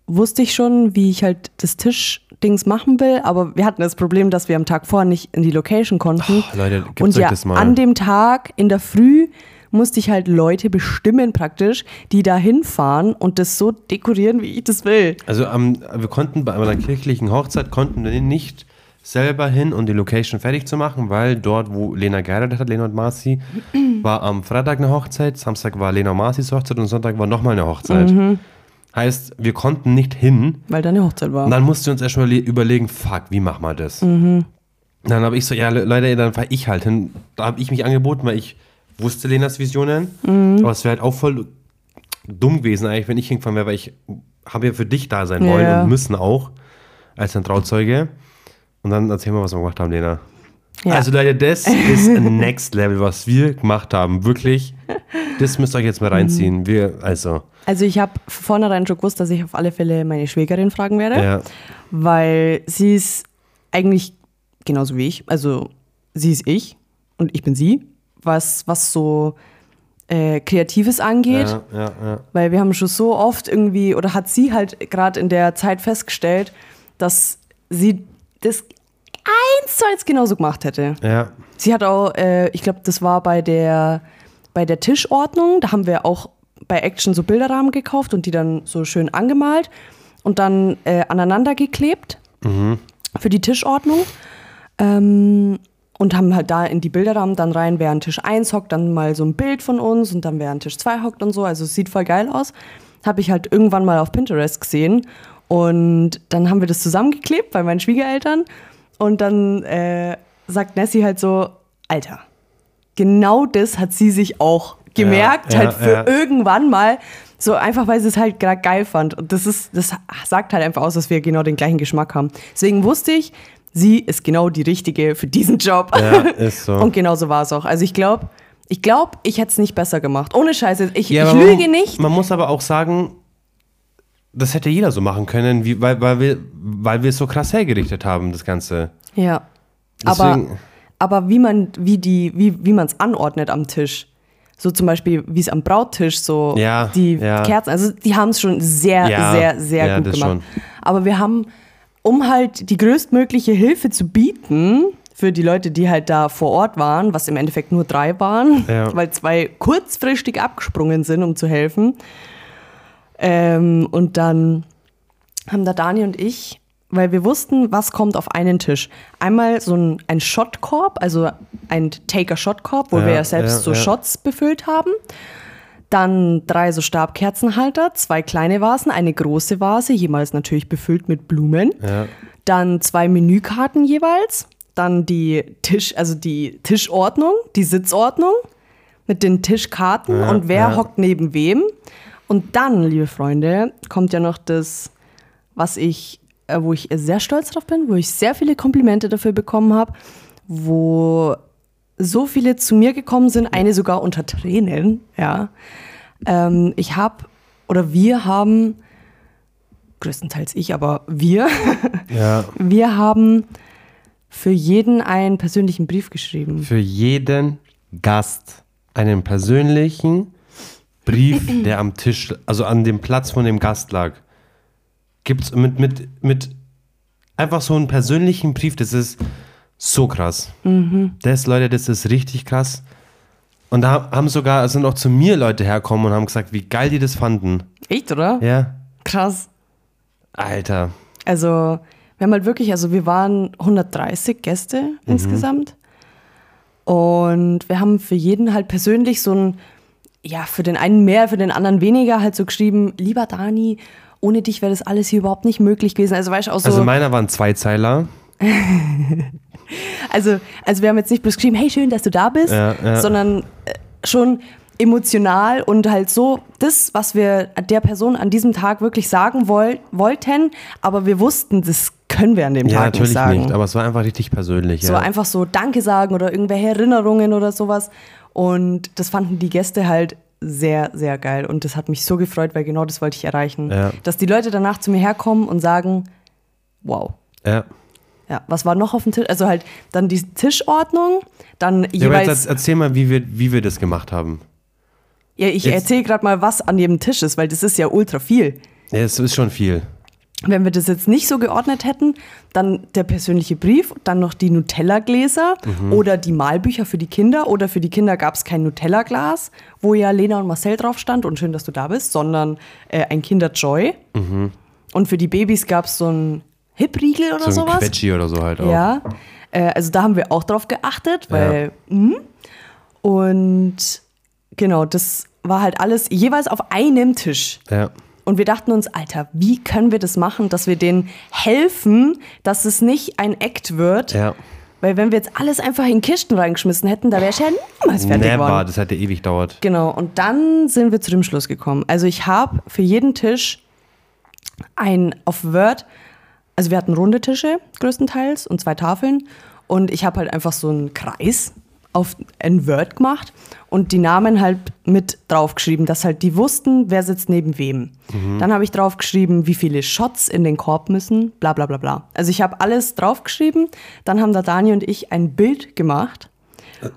Speaker 3: wusste ich schon, wie ich halt das Tischdings machen will, aber wir hatten das Problem, dass wir am Tag vorher nicht in die Location konnten.
Speaker 4: Ach, Leute, gibt's
Speaker 3: und
Speaker 4: euch
Speaker 3: ja,
Speaker 4: das mal?
Speaker 3: an dem Tag in der Früh musste ich halt Leute bestimmen praktisch, die da hinfahren und das so dekorieren, wie ich das will.
Speaker 4: Also am, wir konnten bei einer kirchlichen Hochzeit konnten wir nicht selber hin, um die Location fertig zu machen, weil dort, wo Lena geheiratet hat, Lena und Marci, war am Freitag eine Hochzeit, Samstag war Lena und Marcis Hochzeit und Sonntag war nochmal eine Hochzeit. Heißt, wir konnten nicht hin.
Speaker 3: Weil deine Hochzeit war.
Speaker 4: Und dann mussten wir uns erstmal le- überlegen, fuck, wie machen wir das?
Speaker 3: Mhm.
Speaker 4: Dann habe ich so, ja, le- Leute, dann fahre ich halt hin. Da habe ich mich angeboten, weil ich wusste Lenas Visionen.
Speaker 3: Mhm.
Speaker 4: Aber es wäre halt auch voll dumm gewesen eigentlich, wenn ich hingefahren wäre, weil ich habe ja für dich da sein wollen
Speaker 3: Ja.
Speaker 4: und müssen auch als ein Trauzeuge. Und dann erzähl mal, was wir gemacht haben, Lena.
Speaker 3: Ja.
Speaker 4: Also Leute,
Speaker 3: (laughs)
Speaker 4: das ist Next Level, was wir gemacht haben. Wirklich, das müsst ihr euch jetzt mal reinziehen. Wir, also,
Speaker 3: Also ich habe von vornherein schon gewusst, dass ich auf alle Fälle meine Schwägerin fragen werde,
Speaker 4: ja.
Speaker 3: weil sie ist eigentlich genauso wie ich. Also sie ist ich und ich bin sie, was, was so äh, Kreatives angeht.
Speaker 4: Ja, ja, ja.
Speaker 3: Weil wir haben schon so oft irgendwie, oder hat sie halt gerade in der Zeit festgestellt, dass sie das eins zu eins genauso gemacht hätte.
Speaker 4: ja.
Speaker 3: Sie hat auch, äh, ich glaube, das war bei der, bei der Tischordnung, da haben wir auch bei Action so Bilderrahmen gekauft und die dann so schön angemalt und dann äh, aneinander geklebt für die Tischordnung. Ähm, und haben halt da in die Bilderrahmen dann rein, wer an Tisch 1 hockt, dann mal so ein Bild von uns und dann wer an Tisch 2 hockt und so. Also es sieht voll geil aus. Habe ich halt irgendwann mal auf Pinterest gesehen. Und dann haben wir das zusammengeklebt bei meinen Schwiegereltern. Und dann äh, sagt Nessie halt so, Alter, genau das hat sie sich auch gemerkt,
Speaker 4: Ja, ja,
Speaker 3: halt für
Speaker 4: ja.
Speaker 3: irgendwann mal. So einfach, weil sie es halt gerade geil fand. Und das ist, das sagt halt einfach aus, dass wir genau den gleichen Geschmack haben. Deswegen wusste ich, sie ist genau die richtige für diesen Job.
Speaker 4: Ja, ist so.
Speaker 3: (laughs) Und genauso war es auch. Also ich glaube, ich glaube, ich hätte es nicht besser gemacht. Ohne Scheiße. Ich,
Speaker 4: Ja,
Speaker 3: ich
Speaker 4: aber
Speaker 3: lüge
Speaker 4: man,
Speaker 3: nicht.
Speaker 4: Man muss aber auch sagen, das hätte jeder so machen können, wie, weil, weil, wir, weil wir es so krass hergerichtet haben, das Ganze.
Speaker 3: Ja. Aber,
Speaker 4: Deswegen,
Speaker 3: aber wie man, wie die, wie, wie man es anordnet am Tisch. So zum Beispiel, wie es am Brauttisch so
Speaker 4: Ja,
Speaker 3: die
Speaker 4: ja.
Speaker 3: Kerzen, also die haben es schon sehr,
Speaker 4: Ja,
Speaker 3: sehr, sehr
Speaker 4: ja,
Speaker 3: gut
Speaker 4: das
Speaker 3: gemacht. Aber wir haben, um halt die größtmögliche Hilfe zu bieten für die Leute, die halt da vor Ort waren, was im Endeffekt nur drei waren,
Speaker 4: Ja.
Speaker 3: weil zwei kurzfristig abgesprungen sind, um zu helfen. Ähm, und dann haben da Dani und ich, weil wir wussten, was kommt auf einen Tisch. Einmal so ein, ein Shotkorb, also ein Taker-Shotkorb, wo
Speaker 4: Ja,
Speaker 3: wir ja selbst
Speaker 4: ja,
Speaker 3: so
Speaker 4: ja.
Speaker 3: Shots befüllt haben. Dann drei so Stabkerzenhalter, zwei kleine Vasen, eine große Vase, jeweils natürlich befüllt mit Blumen. Dann zwei Menükarten jeweils. Dann die Tisch, also die Tischordnung, die Sitzordnung mit den Tischkarten
Speaker 4: Ja,
Speaker 3: und wer
Speaker 4: ja.
Speaker 3: hockt neben wem. Und dann, liebe Freunde, kommt ja noch das, was ich, äh, wo ich sehr stolz drauf bin, wo ich sehr viele Komplimente dafür bekommen habe, wo so viele zu mir gekommen sind, eine sogar unter Tränen, ja. Ähm, ich habe, oder wir haben, größtenteils ich, aber wir,
Speaker 4: Ja.
Speaker 3: wir haben für jeden einen persönlichen Brief geschrieben.
Speaker 4: Für jeden Gast einen persönlichen
Speaker 3: (clears throat)
Speaker 4: Brief, der am Tisch, also an dem Platz von dem Gast lag. Gibt's mit, mit, mit einfach so einen persönlichen Brief, das ist so krass.
Speaker 3: Mhm.
Speaker 4: Das, Leute, das ist richtig krass. Und da haben sogar, sind auch zu mir Leute hergekommen und haben gesagt, wie geil die das fanden.
Speaker 3: Echt, oder?
Speaker 4: Ja.
Speaker 3: Krass.
Speaker 4: Alter.
Speaker 3: Also, wir haben halt wirklich, also wir waren 130 Gäste
Speaker 4: Mhm.
Speaker 3: insgesamt. Und wir haben für jeden halt persönlich so ein, ja, für den einen mehr, für den anderen weniger halt so geschrieben, lieber Dani, ohne dich wäre das alles hier überhaupt nicht möglich gewesen. Also weißt du, auch so,
Speaker 4: Also
Speaker 3: also,
Speaker 4: meiner waren Zweizeiler.
Speaker 3: also, wir haben jetzt nicht bloß geschrieben, hey, schön, dass du da bist,
Speaker 4: Ja, ja.
Speaker 3: sondern äh, schon emotional und halt so das, was wir der Person an diesem Tag wirklich sagen woll wollten, aber wir wussten, das können wir an dem
Speaker 4: Ja,
Speaker 3: Tag nicht
Speaker 4: natürlich
Speaker 3: sagen.
Speaker 4: nicht, aber es war einfach richtig persönlich.
Speaker 3: So
Speaker 4: ja.
Speaker 3: einfach so Danke sagen oder irgendwelche Erinnerungen oder sowas. Und das fanden die Gäste halt sehr, sehr geil. Und das hat mich so gefreut, weil genau das wollte ich erreichen.
Speaker 4: Ja.
Speaker 3: Dass die Leute danach zu mir herkommen und sagen, wow.
Speaker 4: ja.
Speaker 3: Ja, was war noch auf dem Tisch? Also halt dann die Tischordnung, dann
Speaker 4: Ja, aber
Speaker 3: jeweils.
Speaker 4: jetzt erzähl mal, wie wir, wie wir das gemacht haben.
Speaker 3: Ja, ich
Speaker 4: jetzt-
Speaker 3: erzähle gerade mal, was an jedem Tisch ist, weil das ist ja ultra viel.
Speaker 4: Ja, es ist schon viel.
Speaker 3: Wenn wir das jetzt nicht so geordnet hätten, dann der persönliche Brief, dann noch die Nutella-Gläser
Speaker 4: Mhm.
Speaker 3: oder die Malbücher für die Kinder. Oder für die Kinder gab es kein Nutella-Glas, wo ja Lena und Marcel drauf stand und schön, dass du da bist, sondern äh, ein Kinder-Joy.
Speaker 4: Mhm.
Speaker 3: Und für die Babys gab es so ein Hip-Riegel oder
Speaker 4: so ein
Speaker 3: sowas.
Speaker 4: Quetschi oder so halt auch.
Speaker 3: Ja, äh, also da haben wir auch drauf geachtet, weil. mhm. Und genau, das war halt alles jeweils auf einem Tisch.
Speaker 4: Ja.
Speaker 3: Und wir dachten uns, Alter, wie können wir das machen, dass wir denen helfen, dass es nicht ein Act wird?
Speaker 4: Ja.
Speaker 3: Weil wenn wir jetzt alles einfach in Kisten reingeschmissen hätten, da wäre es ja niemals fertig
Speaker 4: Never,
Speaker 3: geworden.
Speaker 4: das hätte ewig dauert.
Speaker 3: Genau, und dann sind wir zu dem Schluss gekommen. Also ich habe für jeden Tisch ein auf Word, also wir hatten runde Tische größtenteils und zwei Tafeln. Und ich habe halt einfach so einen Kreis auf ein Word gemacht und die Namen halt mit draufgeschrieben, dass halt die wussten, wer sitzt neben wem. Dann habe ich draufgeschrieben, wie viele Shots in den Korb müssen, bla bla bla bla. Also ich habe alles draufgeschrieben. Dann haben da Dani und ich ein Bild gemacht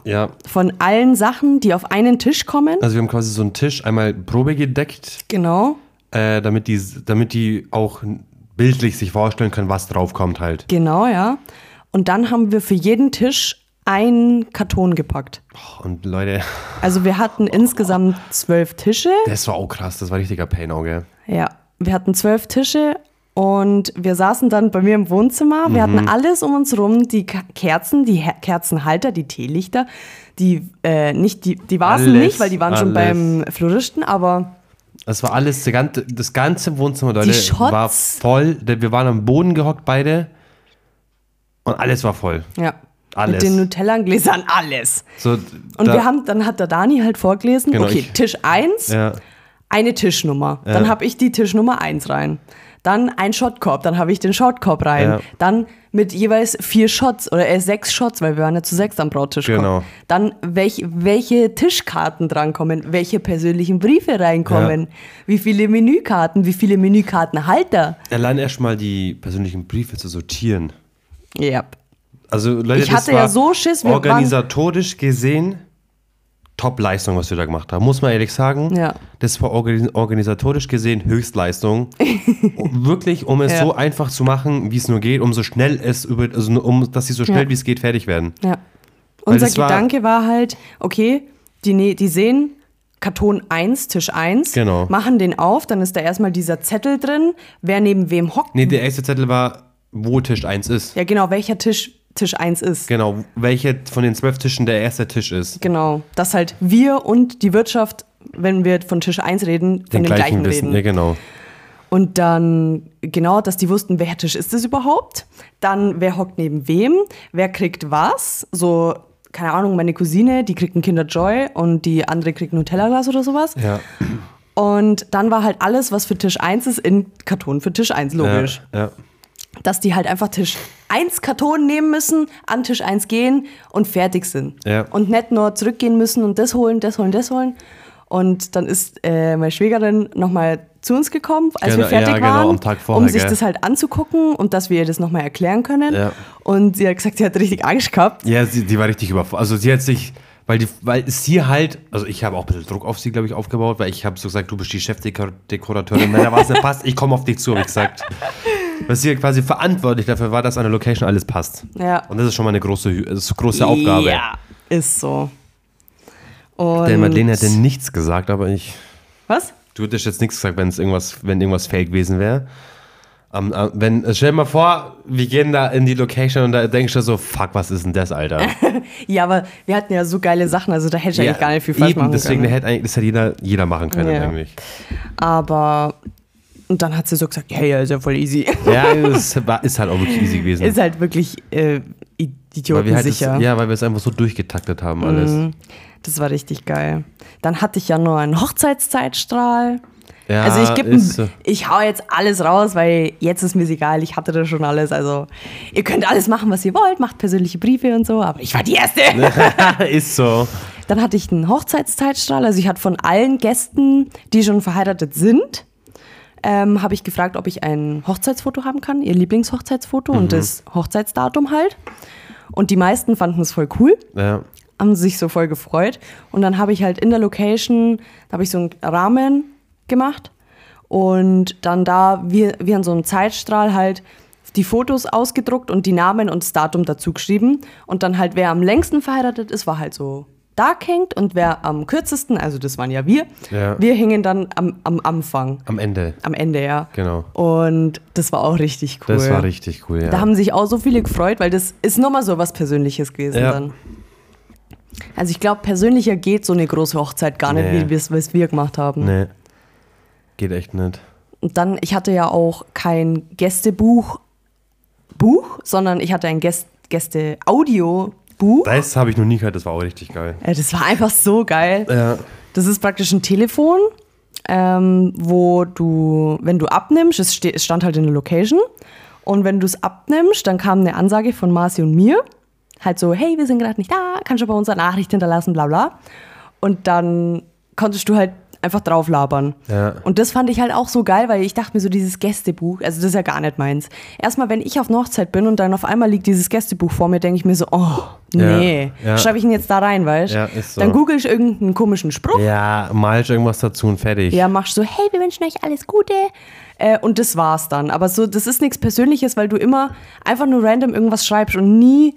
Speaker 4: Ja.
Speaker 3: von allen Sachen, die auf einen Tisch kommen.
Speaker 4: Also wir haben quasi so einen Tisch einmal Probe gedeckt,
Speaker 3: Genau,
Speaker 4: äh, damit, die, damit die auch bildlich sich vorstellen können, was draufkommt halt.
Speaker 3: genau, ja. Und dann haben wir für jeden Tisch einen Karton gepackt.
Speaker 4: Oh, Und Leute, (laughs)
Speaker 3: Also wir hatten insgesamt zwölf Tische.
Speaker 4: das war auch krass, das war richtiger Pain, auch, gell?
Speaker 3: Ja, wir hatten zwölf Tische und wir saßen dann bei mir im Wohnzimmer. Wir
Speaker 4: Mhm.
Speaker 3: hatten alles um uns rum, die Ka- Kerzen, die Her Kerzenhalter, die Teelichter, die äh, nicht, die, die waren
Speaker 4: Alles,
Speaker 3: nicht, weil die waren schon
Speaker 4: alles.
Speaker 3: beim Floristen, aber
Speaker 4: Das war alles, die ganze- das ganze Wohnzimmer, Leute,
Speaker 3: Shots.
Speaker 4: war voll. Wir waren am Boden gehockt beide und alles war voll.
Speaker 3: ja.
Speaker 4: Alles.
Speaker 3: Mit den Nutella-Gläsern, alles.
Speaker 4: So,
Speaker 3: Und wir haben, dann hat der Dani halt vorgelesen,
Speaker 4: Genau,
Speaker 3: okay,
Speaker 4: ich-
Speaker 3: Tisch 1,
Speaker 4: Ja.
Speaker 3: eine Tischnummer. Dann habe ich die Tischnummer 1 rein. Dann ein Shotkorb, dann habe ich den Shotkorb rein.
Speaker 4: Ja.
Speaker 3: Dann mit jeweils vier Shots oder äh, sechs Shots, weil wir waren ja zu sechs am Brautisch.
Speaker 4: Genau.
Speaker 3: Dann welch, welche Tischkarten drankommen, welche persönlichen Briefe reinkommen, wie viele Menükarten, wie viele Menükartenhalter.
Speaker 4: Allein erstmal die persönlichen Briefe zu sortieren.
Speaker 3: Ja.
Speaker 4: Also Leute,
Speaker 3: Ich
Speaker 4: das
Speaker 3: hatte ja
Speaker 4: war
Speaker 3: so Schiss, wir
Speaker 4: organisatorisch gesehen Top-Leistung, was wir da gemacht haben. Muss man ehrlich sagen.
Speaker 3: Ja.
Speaker 4: Das war organ- organisatorisch gesehen
Speaker 3: (laughs)
Speaker 4: Höchstleistung. Um- Wirklich, um es
Speaker 3: Ja.
Speaker 4: so einfach zu machen, wie es nur geht, um so schnell es über, also nur um, dass sie so schnell wie es geht fertig werden.
Speaker 3: Ja.
Speaker 4: Weil
Speaker 3: Unser
Speaker 4: das war-
Speaker 3: Gedanke war halt, okay, die, ne- die sehen Karton 1, Tisch 1,
Speaker 4: Genau.
Speaker 3: machen den auf, dann ist da erstmal dieser Zettel drin, wer neben wem hockt.
Speaker 4: Nee, der erste Zettel war, wo Tisch 1 ist.
Speaker 3: Ja, genau, welcher Tisch Tisch 1 ist.
Speaker 4: Genau, welcher von den zwölf Tischen der erste Tisch ist.
Speaker 3: Genau, dass halt wir und die Wirtschaft, wenn wir von Tisch 1 reden, von dem gleichen, reden.
Speaker 4: Ja, genau.
Speaker 3: Und dann, genau, dass die wussten, welcher Tisch ist es überhaupt. Dann, wer hockt neben wem, wer kriegt was. So, keine Ahnung, meine Cousine, die kriegt ein Kinder Joy und die andere kriegt ein Nutella-Glas oder sowas.
Speaker 4: Ja.
Speaker 3: Und dann war halt alles, was für Tisch 1 ist, in Karton für Tisch 1,
Speaker 4: Ja,
Speaker 3: logisch.
Speaker 4: ja.
Speaker 3: dass die halt einfach Tisch 1 Karton nehmen müssen, an Tisch 1 gehen und fertig sind.
Speaker 4: Ja.
Speaker 3: Und nicht nur zurückgehen müssen und das holen, das holen, das holen. Und dann ist äh, meine Schwägerin nochmal zu uns gekommen, als
Speaker 4: Genau,
Speaker 3: wir fertig
Speaker 4: ja, genau,
Speaker 3: waren,
Speaker 4: am Tag vorher,
Speaker 3: um sich
Speaker 4: gell?
Speaker 3: das halt anzugucken und dass wir ihr das nochmal erklären können.
Speaker 4: Ja.
Speaker 3: Und sie hat gesagt, sie hat richtig Angst gehabt.
Speaker 4: Ja, sie, die war richtig überfordert. Also sie hat sich, weil, die, weil sie halt, also ich habe auch ein bisschen Druck auf sie, glaube ich, aufgebaut, weil ich habe so gesagt, du bist die Chefdekorateurin. Nein, da
Speaker 3: (laughs)
Speaker 4: war es nicht passt, ich komme auf dich zu, habe ich gesagt. Dass sie quasi verantwortlich dafür war, dass an der Location alles passt.
Speaker 3: Ja.
Speaker 4: Und das ist schon mal eine große, Hü- das ist eine große Aufgabe.
Speaker 3: Ja, ist so. Und
Speaker 4: Denn Madeleine hätte nichts gesagt, aber ich.
Speaker 3: Was?
Speaker 4: Du hättest jetzt nichts gesagt, wenn es irgendwas, wenn irgendwas fake gewesen wäre. Am- am- wenn, stell dir mal vor, wir gehen da in die Location und da denkst du so, fuck, was ist denn das, Alter?
Speaker 3: Ja, aber wir hatten ja so geile Sachen, also da hätte ich eigentlich gar nicht viel falsch
Speaker 4: eben,
Speaker 3: machen
Speaker 4: deswegen
Speaker 3: können. ne?
Speaker 4: hätte eigentlich, das hätte jeder, jeder machen können
Speaker 3: Ja.
Speaker 4: eigentlich.
Speaker 3: Aber und dann hat sie so gesagt, ja, ja, ist ja voll easy.
Speaker 4: Ja, es war, ist halt auch wirklich easy gewesen.
Speaker 3: (laughs) ist halt wirklich
Speaker 4: weil
Speaker 3: äh,
Speaker 4: wir halt das,
Speaker 3: idiotensicher.
Speaker 4: ja, weil wir es einfach so durchgetaktet haben alles.
Speaker 3: Mhm. Das war richtig geil. Dann hatte ich ja noch einen Hochzeitszeitstrahl.
Speaker 4: Ja,
Speaker 3: also ich gebe,
Speaker 4: ist so.
Speaker 3: ich hau jetzt alles raus, weil jetzt ist mir's egal. Ich hatte da schon alles. Also ihr könnt alles machen, was ihr wollt, macht persönliche Briefe und so. Aber ich war die erste.
Speaker 4: (laughs) ist so.
Speaker 3: Dann hatte ich einen Hochzeitszeitstrahl. Also ich hatte von allen Gästen, die schon verheiratet sind, ähm, habe ich gefragt, ob ich ein Hochzeitsfoto haben kann, ihr Lieblingshochzeitsfoto und das Hochzeitsdatum halt. Und die meisten fanden es voll cool,
Speaker 4: Ja.
Speaker 3: haben sich so voll gefreut. Und dann habe ich halt in der Location, da habe ich so einen Rahmen gemacht und dann da, wir, wir haben so einen Zeitstrahl halt die Fotos ausgedruckt und die Namen und das Datum dazu geschrieben. Und dann halt, wer am längsten verheiratet ist, war halt so da hängt und wer am kürzesten, also das waren ja wir,
Speaker 4: Ja.
Speaker 3: wir hingen dann am, am Anfang.
Speaker 4: Am Ende.
Speaker 3: Am Ende, ja.
Speaker 4: Genau.
Speaker 3: Und das war auch richtig cool.
Speaker 4: Das war richtig cool, ja.
Speaker 3: Da haben sich auch so viele gefreut, weil das ist nochmal so was Persönliches gewesen
Speaker 4: Ja.
Speaker 3: dann. Also ich glaube, persönlicher geht so eine große Hochzeit gar nicht,
Speaker 4: Nee.
Speaker 3: wie wir's- wie es wir gemacht haben.
Speaker 4: nee. Geht echt nicht.
Speaker 3: Und dann, ich hatte ja auch kein Gästebuch, Buch, sondern ich hatte ein Gäst, Gäste-Audio-Buch.
Speaker 4: Das habe ich noch nie gehört, das war auch richtig geil.
Speaker 3: Äh, Das war einfach so geil.
Speaker 4: Ja.
Speaker 3: Das ist praktisch ein Telefon, ähm, wo du, wenn du abnimmst, es, ste es stand halt in der Location, und wenn du es abnimmst, dann kam eine Ansage von Marci und mir, halt so, hey, wir sind gerade nicht da, kannst du bei uns eine Nachricht hinterlassen, bla bla. Und dann konntest du halt einfach drauf labern.
Speaker 4: Ja.
Speaker 3: Und das fand ich halt auch so geil, weil ich dachte mir so, dieses Gästebuch, also das ist ja gar nicht meins. Erstmal, wenn ich auf einer Hochzeit bin und dann auf einmal liegt dieses Gästebuch vor mir, denke ich mir so, oh,
Speaker 4: Ja,
Speaker 3: nee,
Speaker 4: ja.
Speaker 3: schreibe ich ihn jetzt da rein, weißt du?
Speaker 4: Ja, ist so.
Speaker 3: Dann google ich irgendeinen komischen Spruch.
Speaker 4: Ja, malst irgendwas dazu und fertig.
Speaker 3: Ja, machst so, hey, wir wünschen euch alles Gute. Äh, und das war's dann. Aber so, das ist nichts Persönliches, weil du immer einfach nur random irgendwas schreibst und nie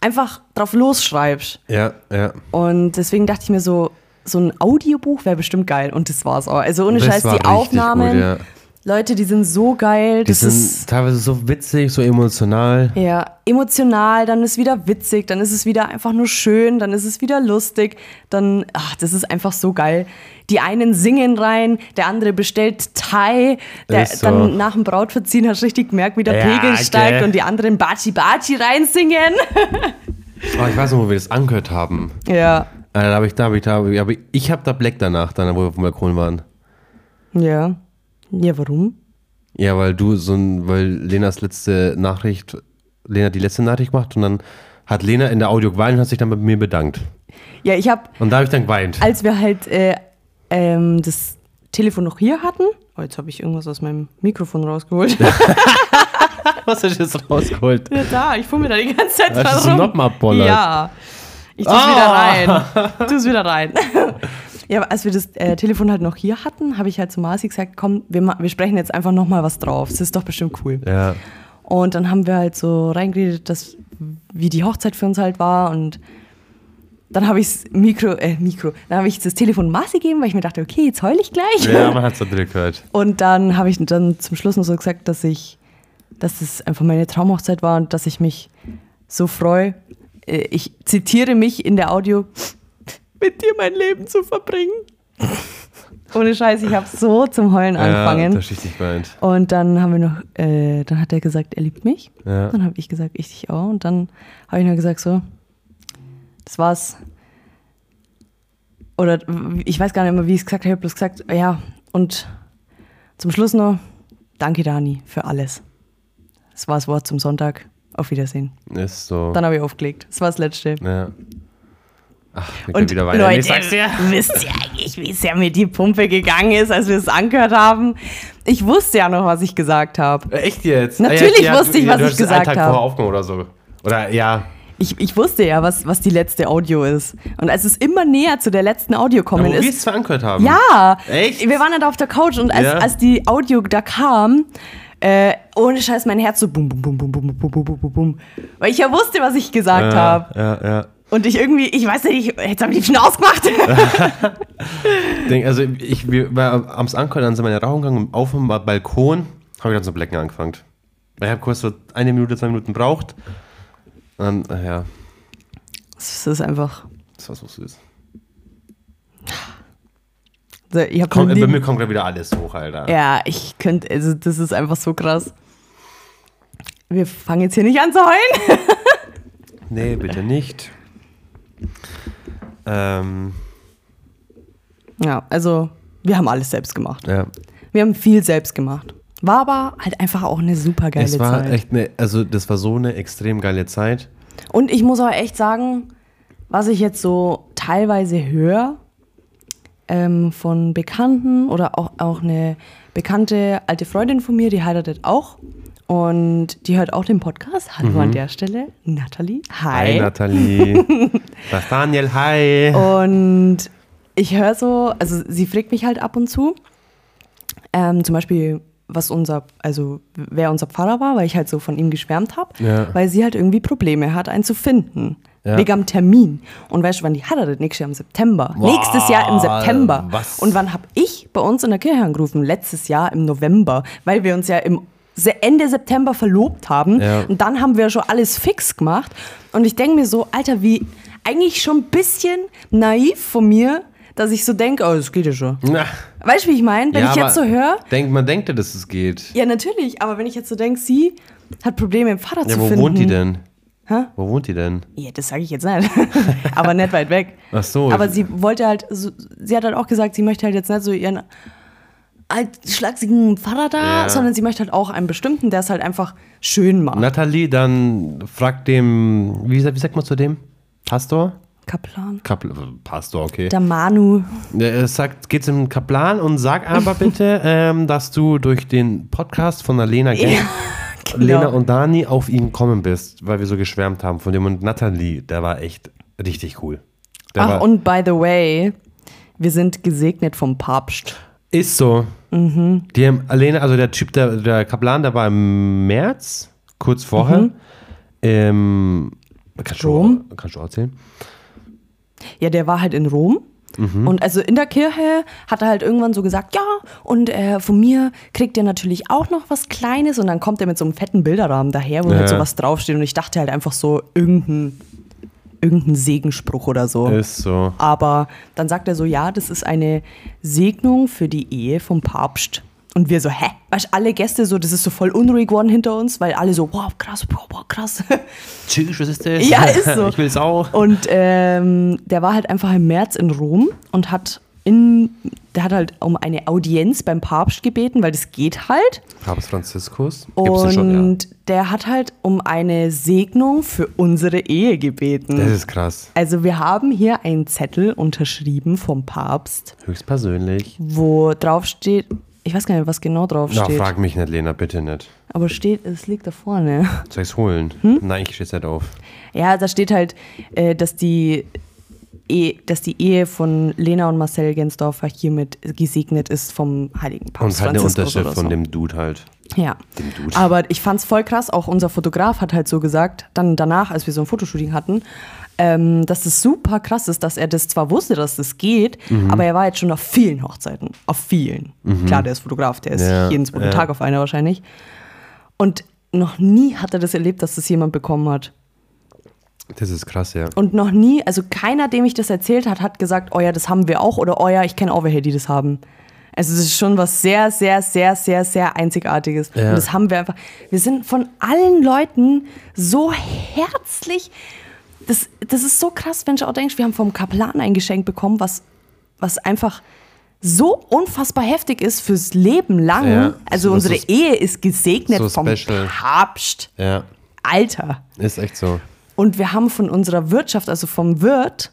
Speaker 3: einfach drauf losschreibst.
Speaker 4: Ja, ja.
Speaker 3: Und deswegen dachte ich mir so, so ein Audiobuch wäre bestimmt geil. Und das war's auch. Also ohne
Speaker 4: Das
Speaker 3: Scheiß,
Speaker 4: war
Speaker 3: die
Speaker 4: richtig
Speaker 3: Aufnahmen.
Speaker 4: gut, ja.
Speaker 3: Leute, die sind so geil.
Speaker 4: Die
Speaker 3: das ist
Speaker 4: sind teilweise so witzig, so emotional.
Speaker 3: ja, emotional, dann ist wieder witzig, dann ist es wieder einfach nur schön, dann ist es wieder lustig, dann, ach, das ist einfach so geil. Die einen singen rein, der andere bestellt Thai, der,
Speaker 4: Ist so.
Speaker 3: dann nach dem Brautverziehen hast du richtig gemerkt, wie der
Speaker 4: Ja,
Speaker 3: Pegel steigt
Speaker 4: gell.
Speaker 3: und die anderen Bachi Bachi reinsingen. (laughs)
Speaker 4: Oh, ich weiß noch, wo wir das angehört haben.
Speaker 3: Ja,
Speaker 4: Äh, Da habe ich, da habe ich, da habe ich, aber ich habe da Black danach, dann, wo wir auf dem Balkon waren.
Speaker 3: ja. Ja, warum?
Speaker 4: Ja, weil du so ein, weil Lenas letzte Nachricht, Lena hat die letzte Nachricht gemacht und dann hat Lena in der Audio geweint und hat sich dann bei mir bedankt.
Speaker 3: Ja, ich habe
Speaker 4: Und da habe ich dann geweint.
Speaker 3: als wir halt äh, ähm, das Telefon noch hier hatten, oh, jetzt habe ich irgendwas aus meinem Mikrofon rausgeholt.
Speaker 4: Was hast du jetzt rausgeholt?
Speaker 3: Ja, da, ich fuhr mir da die ganze Zeit
Speaker 4: Hast du so
Speaker 3: dran rum.
Speaker 4: nochmal bollert?
Speaker 3: Ja. Ich tu's
Speaker 4: Ah.
Speaker 3: wieder rein. Tu's
Speaker 4: (laughs)
Speaker 3: wieder rein. ja, aber als wir das äh, Telefon halt noch hier hatten, habe ich halt zu Marci gesagt, komm, wir, ma- wir sprechen jetzt einfach nochmal was drauf. Das ist doch bestimmt cool.
Speaker 4: Ja.
Speaker 3: Und dann haben wir halt so reingeredet, dass, wie die Hochzeit für uns halt war. Und dann habe ich das Mikro, äh, Mikro, dann habe ich das Telefon Marci gegeben, weil ich mir dachte, okay, jetzt heul ich gleich. (laughs)
Speaker 4: Ja, man hat es natürlich gehört.
Speaker 3: Und dann habe ich dann zum Schluss noch so gesagt, dass ich, dass es einfach meine Traumhochzeit war und dass ich mich so freue. Äh, Ich zitiere mich in der Audio, mit dir mein Leben
Speaker 4: (laughs)
Speaker 3: zu verbringen. Ohne Scheiß, ich habe so zum Heulen
Speaker 4: Ja,
Speaker 3: angefangen.
Speaker 4: das ist richtig geweint.
Speaker 3: Und dann haben wir noch, äh, dann hat er gesagt, er liebt mich.
Speaker 4: Ja.
Speaker 3: Dann habe ich gesagt, ich dich auch. Und dann habe ich nur gesagt, so, das war's. Oder ich weiß gar nicht mehr, wie ich es gesagt habe, ich habe bloß gesagt, ja, und zum Schluss noch, danke Dani für alles. Das war das Wort zum Sonntag. Auf Wiedersehen.
Speaker 4: Ist so.
Speaker 3: Dann habe ich aufgelegt. Das war das Letzte.
Speaker 4: ja. Ach, wir können
Speaker 3: Und
Speaker 4: wieder weiter.
Speaker 3: Leute,
Speaker 4: ich sag's dir.
Speaker 3: (laughs) wisst ihr eigentlich, wie sehr mir die Pumpe gegangen ist, als wir es angehört haben? Ich wusste ja noch, was ich gesagt habe.
Speaker 4: Äh, Echt jetzt?
Speaker 3: Natürlich
Speaker 4: ja, ja,
Speaker 3: wusste ich,
Speaker 4: ja,
Speaker 3: was
Speaker 4: du
Speaker 3: ich
Speaker 4: hast
Speaker 3: gesagt
Speaker 4: einen Tag
Speaker 3: habe.
Speaker 4: vorher aufgenommen oder so. Oder ja.
Speaker 3: Ich, ich wusste ja, was, was die letzte Audio ist. Und als es immer näher zu der letzten Audio kommen
Speaker 4: Aber wo wir
Speaker 3: ist.
Speaker 4: es verankert haben.
Speaker 3: Ja!
Speaker 4: Echt?
Speaker 3: Wir waren ja da auf der Couch und als,
Speaker 4: Ja.
Speaker 3: als die Audio da kam, äh, ohne Scheiß, mein Herz so bum, bum, bum, bum, bum, bum, bum, bum, bum, bum. Weil ich ja wusste, was ich gesagt habe.
Speaker 4: Ja, ja, ja.
Speaker 3: Und ich irgendwie, ich weiß nicht, ich hätte es am liebsten ausgemacht. (laughs)
Speaker 4: Denk, also ich wir, war am Ankommen, dann sind wir in den Rauch gegangen und auf dem Balkon habe ich dann zu Blecken angefangen. Ich habe kurz so eine Minute, zwei Minuten braucht. Dann, äh, ja,
Speaker 3: Das ist einfach.
Speaker 4: das war so süß.
Speaker 3: Ich hab
Speaker 4: Komm,
Speaker 3: noch
Speaker 4: äh,
Speaker 3: nie-
Speaker 4: bei mir kommt gerade wieder alles hoch, Alter.
Speaker 3: Ja, ich könnte, also das ist einfach so krass. Wir fangen jetzt hier nicht an zu heulen.
Speaker 4: Nee, bitte nicht. Ähm,
Speaker 3: Ja, also wir haben alles selbst gemacht.
Speaker 4: ja.
Speaker 3: Wir haben viel selbst gemacht. War aber halt einfach auch eine super geile
Speaker 4: Es war
Speaker 3: Zeit.
Speaker 4: echt eine, also das war so eine extrem geile Zeit.
Speaker 3: Und ich muss aber echt sagen, was ich jetzt so teilweise höre ähm, von Bekannten oder auch, auch eine bekannte alte Freundin von mir, die heiratet auch. Und die hört auch den Podcast. Hallo an der Stelle, Nathalie.
Speaker 4: Mhm.
Speaker 3: Hi. Oh.
Speaker 4: Hi, Nathalie.
Speaker 3: (laughs)
Speaker 4: Das Daniel, hi.
Speaker 3: Und ich höre so, also sie fragt mich halt ab und zu, ähm, zum Beispiel, was unser, also wer unser Pfarrer war, weil ich halt so von ihm geschwärmt habe,
Speaker 4: Ja.
Speaker 3: weil sie halt irgendwie Probleme hat, einen zu finden.
Speaker 4: Ja.
Speaker 3: Wegen am Termin. Und weißt du, wann die heiratet? Nächstes Jahr im September.
Speaker 4: Wow,
Speaker 3: Nächstes Jahr im September.
Speaker 4: was?
Speaker 3: Und wann habe ich bei uns in der Kirche angerufen? Letztes Jahr im November, weil wir uns ja im Se- Ende September verlobt haben.
Speaker 4: Ja.
Speaker 3: Und dann haben wir schon alles fix gemacht. Und ich denke mir so, Alter, wie eigentlich schon ein bisschen naiv von mir, dass ich so denke, oh, das geht ja schon.
Speaker 4: Na,
Speaker 3: Weißt du, wie ich meine? Wenn
Speaker 4: ja,
Speaker 3: ich jetzt so
Speaker 4: aber
Speaker 3: höre,
Speaker 4: Denk, man denkt ja, dass es geht.
Speaker 3: ja, natürlich, aber wenn ich jetzt so denke, sie hat Probleme, im Vater
Speaker 4: Ja,
Speaker 3: zu
Speaker 4: wo
Speaker 3: finden.
Speaker 4: wohnt die denn?
Speaker 3: Hä?
Speaker 4: Wo wohnt die denn?
Speaker 3: Ja, das sage ich jetzt nicht. (laughs) aber nicht weit weg.
Speaker 4: Ach so.
Speaker 3: Aber sie wollte halt, so, sie hat halt auch gesagt, sie möchte halt jetzt nicht so ihren altschlagsigen Pfarrer da,
Speaker 4: Ja.
Speaker 3: sondern sie möchte halt auch einen bestimmten, der es halt einfach schön macht.
Speaker 4: Nathalie, dann frag dem, wie, sa- wie sagt man zu dem? Pastor?
Speaker 3: Kaplan.
Speaker 4: Kapl äh, Pastor, okay.
Speaker 3: Der Manu.
Speaker 4: Er äh, sagt, geh zum Kaplan und sag
Speaker 3: (laughs)
Speaker 4: aber bitte, ähm, dass du durch den Podcast von der Lena, Gen- Lena
Speaker 3: genau.
Speaker 4: und Dani auf ihn gekommen bist, weil wir so geschwärmt haben von dem. Und Nathalie, der war echt richtig cool. Der
Speaker 3: Ach,
Speaker 4: war,
Speaker 3: und by the way, wir sind gesegnet vom Papst.
Speaker 4: Ist so.
Speaker 3: Mhm.
Speaker 4: Die haben alleine, also der Typ, der, der Kaplan, der war im März, kurz vorher. Ähm, kannst, du,
Speaker 3: Mhm. Rom.
Speaker 4: kannst du auch erzählen?
Speaker 3: Ja, der war halt in Rom.
Speaker 4: Mhm.
Speaker 3: Und also in der Kirche hat er halt irgendwann so gesagt, ja, und äh, von mir kriegt ihr natürlich auch noch was Kleines. Und dann kommt er mit so einem fetten Bilderrahmen daher, wo
Speaker 4: Ja.
Speaker 3: halt so was draufsteht. Und ich dachte halt einfach so, irgendein, irgendein Segenspruch oder so.
Speaker 4: Ist so.
Speaker 3: Aber dann sagt er so, ja, das ist eine Segnung für die Ehe vom Papst. Und wir so, hä? Weißt du, alle Gäste so, das ist so voll unruhig geworden hinter uns, weil alle so, wow, krass, wow, wow, krass. (laughs)
Speaker 4: Tschüss, was ist das? (laughs)
Speaker 3: Ja, ist so.
Speaker 4: Ich will es auch.
Speaker 3: Und ähm, der war halt einfach im März in Rom und hat in, der hat halt um eine Audienz beim Papst gebeten, weil das geht halt.
Speaker 4: Papst Franziskus. Gibt's
Speaker 3: Und
Speaker 4: den schon, ja.
Speaker 3: der hat halt um eine Segnung für unsere Ehe gebeten.
Speaker 4: Das ist krass.
Speaker 3: also wir haben hier einen Zettel unterschrieben vom Papst,
Speaker 4: Höchstpersönlich.
Speaker 3: wo drauf steht, ich weiß gar nicht, was genau drauf
Speaker 4: Na,
Speaker 3: steht,
Speaker 4: frag mich nicht, Lena, bitte nicht.
Speaker 3: aber steht, es liegt da vorne.
Speaker 4: Soll ich's holen?
Speaker 3: Hm?
Speaker 4: Nein, ich steh's nicht auf.
Speaker 3: Ja, da steht halt, äh, dass die E- dass die Ehe von Lena und Marcel Gensdorfer hiermit gesegnet ist vom Heiligen
Speaker 4: Und
Speaker 3: Papst
Speaker 4: halt eine
Speaker 3: Franziskus
Speaker 4: Unterschrift
Speaker 3: oder so.
Speaker 4: von dem Dude halt.
Speaker 3: Ja,
Speaker 4: Dude.
Speaker 3: aber ich fand's voll krass. Auch unser Fotograf hat halt so gesagt, dann danach, als wir so ein Fotoshooting hatten, ähm, dass es super krass ist, dass er das zwar wusste, dass das geht,
Speaker 4: Mhm.
Speaker 3: aber er war jetzt schon auf vielen Hochzeiten, auf vielen. Klar, der ist Fotograf, der ist
Speaker 4: Ja,
Speaker 3: jeden zweiten
Speaker 4: ja.
Speaker 3: Tag auf einer wahrscheinlich. Und noch nie hat er das erlebt, dass das jemand bekommen hat.
Speaker 4: Das ist krass, ja.
Speaker 3: Und noch nie, also keiner, dem ich das erzählt hat, hat gesagt, oh ja, das haben wir auch oder oh ja, ich kenne auch welche, die das haben. Also es ist schon was sehr, sehr, sehr, sehr, sehr Einzigartiges.
Speaker 4: Ja.
Speaker 3: Und das haben wir einfach. Wir sind von allen Leuten so herzlich. Das, das ist so krass, wenn du auch denkst, wir haben vom Kaplan ein Geschenk bekommen, was, was einfach so unfassbar heftig ist fürs Leben lang.
Speaker 4: Ja,
Speaker 3: also
Speaker 4: so
Speaker 3: unsere
Speaker 4: ist es-
Speaker 3: Ehe ist gesegnet
Speaker 4: so
Speaker 3: vom
Speaker 4: special.
Speaker 3: Papst.
Speaker 4: Ja,
Speaker 3: Alter.
Speaker 4: ist echt so.
Speaker 3: Und wir haben von unserer Wirtschaft, also vom Wirt,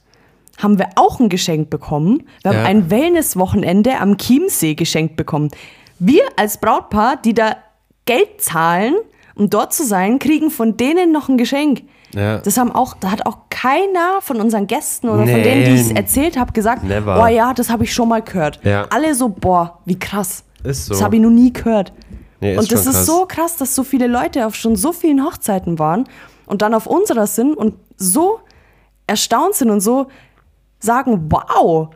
Speaker 3: haben wir auch ein Geschenk bekommen. Wir haben
Speaker 4: Ja.
Speaker 3: ein Wellnesswochenende am Chiemsee geschenkt bekommen. Wir als Brautpaar, die da Geld zahlen, um dort zu sein, kriegen von denen noch ein Geschenk.
Speaker 4: Ja.
Speaker 3: Das haben auch, da hat auch keiner von unseren Gästen oder von
Speaker 4: Nee.
Speaker 3: denen, die ich es erzählt habe, gesagt,
Speaker 4: Never.
Speaker 3: oh ja, das habe ich schon mal gehört.
Speaker 4: Ja.
Speaker 3: Alle so, boah, wie krass.
Speaker 4: Ist so.
Speaker 3: Das habe ich noch nie gehört.
Speaker 4: Nee, ist
Speaker 3: und das
Speaker 4: schon
Speaker 3: ist
Speaker 4: krass.
Speaker 3: so krass, dass so viele Leute auf schon so vielen Hochzeiten waren und dann auf unserer sind und so erstaunt sind und so sagen, wow.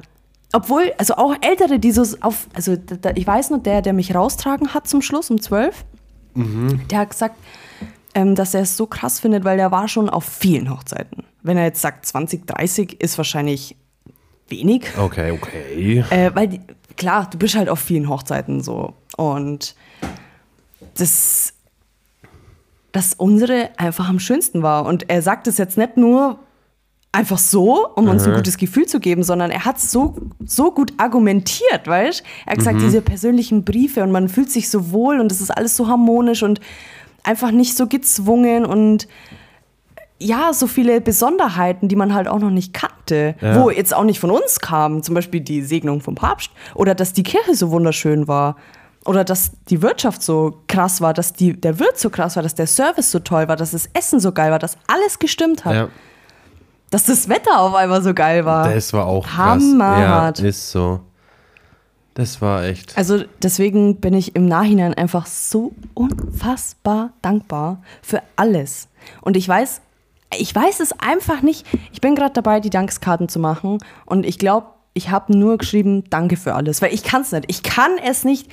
Speaker 3: Obwohl, also auch Ältere, die so auf, also da, da, ich weiß nur, der, der mich raustragen hat zum Schluss um 12,
Speaker 4: Mhm.
Speaker 3: der hat gesagt, ähm, dass er es so krass findet, weil der war schon auf vielen Hochzeiten. Wenn er jetzt sagt 20, 30, ist wahrscheinlich wenig.
Speaker 4: Okay, okay.
Speaker 3: Äh, weil, die- klar, du bist halt auf vielen Hochzeiten so. Und das, dass unsere einfach am schönsten war. Und er sagt es jetzt nicht nur einfach so, um uns ein gutes Gefühl zu geben, sondern er hat es so, so gut argumentiert, weißt Er hat gesagt, diese persönlichen Briefe und man fühlt sich so wohl und es ist alles so harmonisch und einfach nicht so gezwungen und ja, so viele Besonderheiten, die man halt auch noch nicht kannte, wo jetzt auch nicht von uns kamen, zum Beispiel die Segnung vom Papst oder dass die Kirche so wunderschön war oder dass die Wirtschaft so krass war, dass die, der Wirt so krass war, dass der Service so toll war, dass das Essen so geil war, dass alles gestimmt hat,
Speaker 4: Ja,
Speaker 3: dass das Wetter auf einmal so geil war.
Speaker 4: das war auch krass.
Speaker 3: Hammerhart.
Speaker 4: Ja, ist so. Das war echt.
Speaker 3: Also deswegen bin ich im Nachhinein einfach so unfassbar dankbar für alles. Und ich weiß, ich weiß es einfach nicht. Ich bin gerade dabei, die Dankskarten zu machen und ich glaube, ich habe nur geschrieben, danke für alles, weil ich kann es nicht. Ich kann es nicht.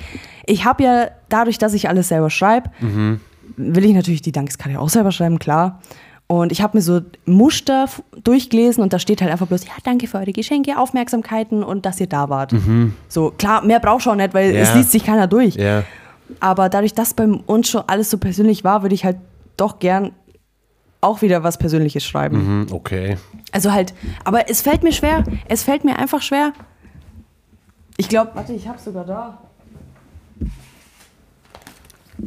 Speaker 3: Ich habe ja dadurch, dass ich alles selber schreibe, will ich natürlich die Dankeskarte auch selber schreiben, klar. Und ich habe mir so Muster f- durchgelesen und da steht halt einfach bloß, ja, danke für eure Geschenke, Aufmerksamkeiten und dass ihr da wart. So, klar, mehr braucht schon nicht, weil
Speaker 4: Mhm. Ja.
Speaker 3: es liest sich keiner durch.
Speaker 4: Ja.
Speaker 3: Aber dadurch, dass bei uns schon alles so persönlich war, würde ich halt doch gern auch wieder was Persönliches schreiben.
Speaker 4: Hm, Okay.
Speaker 3: Also halt, aber es fällt mir schwer. Es fällt mir einfach schwer. Ich glaube, warte, ich habe sogar da.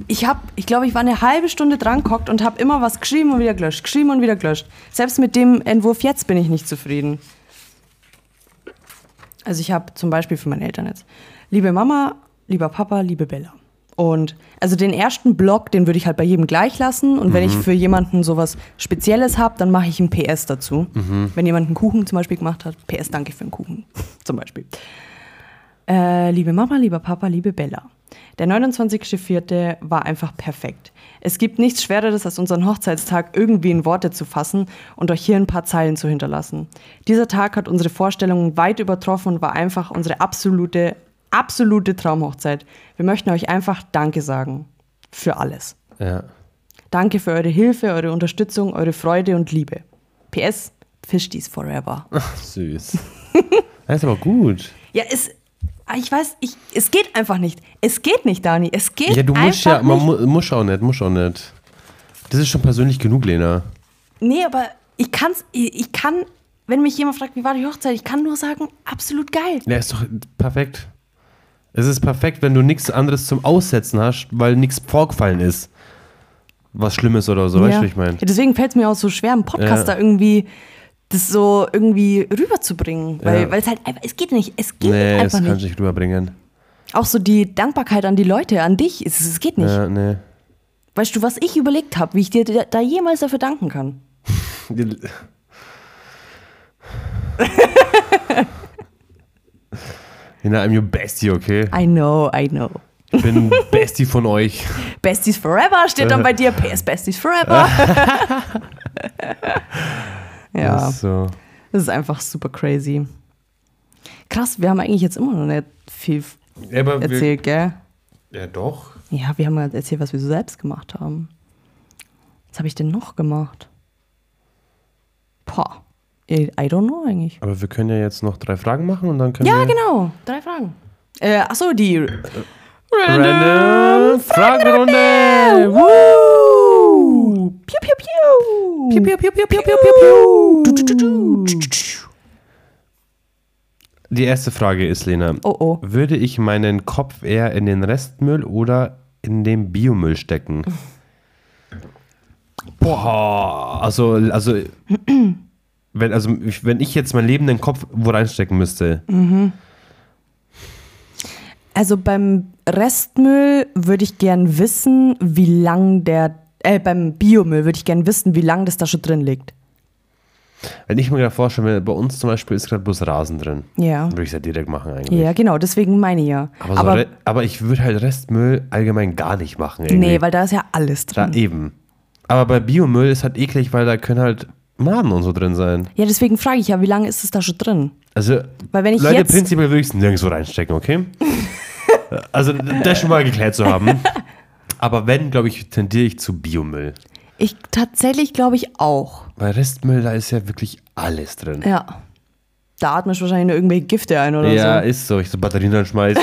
Speaker 3: Ich habe, ich glaube, ich war eine halbe Stunde dran gehockt und habe immer was geschrieben und wieder gelöscht, geschrieben und wieder gelöscht. Selbst mit dem Entwurf jetzt bin ich nicht zufrieden. Also ich habe zum Beispiel für meine Eltern jetzt, liebe Mama, lieber Papa, liebe Bella. Und also den ersten Block, den würde ich halt bei jedem gleich lassen. Und wenn ich für jemanden sowas Spezielles habe, dann mache ich ein PS dazu. Wenn jemand einen Kuchen zum Beispiel gemacht hat, PS danke für den Kuchen (laughs) zum Beispiel. Äh, liebe Mama, lieber Papa, liebe Bella. Der 29.04. war einfach perfekt. Es gibt nichts Schwereres, als unseren Hochzeitstag irgendwie in Worte zu fassen und euch hier ein paar Zeilen zu hinterlassen. Dieser Tag hat unsere Vorstellungen weit übertroffen und war einfach unsere absolute, absolute Traumhochzeit. Wir möchten euch einfach Danke sagen. Für alles.
Speaker 4: Ja.
Speaker 3: Danke für eure Hilfe, eure Unterstützung, eure Freude und Liebe. PS, Fischdies forever. (laughs)
Speaker 4: Süß. das ist aber gut.
Speaker 3: Ja, es. ah, Ich weiß, ich, es geht einfach nicht. Es geht nicht, Dani. Es geht
Speaker 4: Ja, du musst
Speaker 3: einfach
Speaker 4: ja, man
Speaker 3: nicht.
Speaker 4: mu muss auch nicht, muss auch nicht. Das ist schon persönlich genug, Lena.
Speaker 3: Nee, aber ich kann's. Ich, ich kann, wenn mich jemand fragt, wie war die Hochzeit, ich kann nur sagen, absolut geil.
Speaker 4: Ja, ist doch perfekt. Es ist perfekt, wenn du nichts anderes zum Aussetzen hast, weil nichts vorgefallen ist. Was Schlimmes oder so, weißt du, wie ich meine?
Speaker 3: Ja, deswegen fällt es mir auch so schwer, im Podcast
Speaker 4: Ja.
Speaker 3: da irgendwie das so irgendwie rüberzubringen. Weil
Speaker 4: Ja.
Speaker 3: weil es halt einfach, es geht nicht. Es geht
Speaker 4: Nee, das
Speaker 3: einfach
Speaker 4: kannst
Speaker 3: nicht.
Speaker 4: du nicht rüberbringen.
Speaker 3: Auch so die Dankbarkeit an die Leute, an dich. Es, es geht nicht.
Speaker 4: Ja, nee.
Speaker 3: Weißt du, was ich überlegt habe, wie ich dir da, da jemals dafür danken kann?
Speaker 4: (laughs) Lena, I'm your bestie, okay?
Speaker 3: I know, I know.
Speaker 4: Ich
Speaker 3: (laughs)
Speaker 4: bin bestie von euch.
Speaker 3: Besties Forever steht dann
Speaker 4: (laughs)
Speaker 3: bei dir. PS Besties Forever.
Speaker 4: Das
Speaker 3: ja,
Speaker 4: ist So.
Speaker 3: das ist einfach super crazy. Krass, wir haben eigentlich jetzt immer noch nicht viel
Speaker 4: Ja, aber wir,
Speaker 3: erzählt, gell?
Speaker 4: ja, doch.
Speaker 3: Ja, wir haben halt erzählt, was wir so selbst gemacht haben. Was habe ich denn noch gemacht? Boah, I I don't know eigentlich.
Speaker 4: Aber wir können ja jetzt noch drei Fragen machen und dann können
Speaker 3: Ja,
Speaker 4: wir.
Speaker 3: genau. Drei Fragen. Äh, achso, die genau.
Speaker 4: Random Fragenrunde!
Speaker 3: Woo! Piu, piu, piu. Piu, piu, piu, piu, piu, piu, piu.
Speaker 4: Die erste Frage ist, Lena,
Speaker 3: Oh, oh.
Speaker 4: würde ich meinen Kopf eher in den Restmüll oder in den Biomüll stecken? Boah, also, also, wenn, also ich- wenn ich jetzt mein Leben in den Kopf wo reinstecken müsste,
Speaker 3: Also beim Restmüll würde ich gern wissen, wie lang der, äh, beim Biomüll würde ich gern wissen, wie lang das da schon drin liegt.
Speaker 4: wenn ich mir gerade vorstelle, bei uns zum Beispiel ist gerade bloß Rasen drin,
Speaker 3: Ja.
Speaker 4: würde ich es ja direkt machen eigentlich.
Speaker 3: Ja, genau, deswegen meine ich ja.
Speaker 4: Aber, so Re- aber ich würde halt Restmüll allgemein gar nicht machen. Irgendwie.
Speaker 3: nee, weil da ist ja alles
Speaker 4: da
Speaker 3: drin.
Speaker 4: eben. Aber bei Biomüll ist halt eklig, weil da können halt Maden und so drin sein.
Speaker 3: Ja, deswegen frage ich ja, wie lange ist es da schon drin?
Speaker 4: Also,
Speaker 3: Weil wenn ich
Speaker 4: Leute,
Speaker 3: jetzt-
Speaker 4: prinzipiell würde ich es nirgendwo reinstecken,
Speaker 3: (laughs)
Speaker 4: okay? also, das schon mal geklärt zu haben. Aber wenn, glaube ich, tendiere ich zu Biomüll.
Speaker 3: Ich tatsächlich glaube ich auch.
Speaker 4: Weil Restmüll, da ist ja wirklich alles drin.
Speaker 3: Ja. Da atmest du wahrscheinlich nur irgendwelche Gifte ein oder
Speaker 4: ja,
Speaker 3: so.
Speaker 4: ist so. Ich so Batterien
Speaker 3: (laughs)
Speaker 4: reinschmeiße.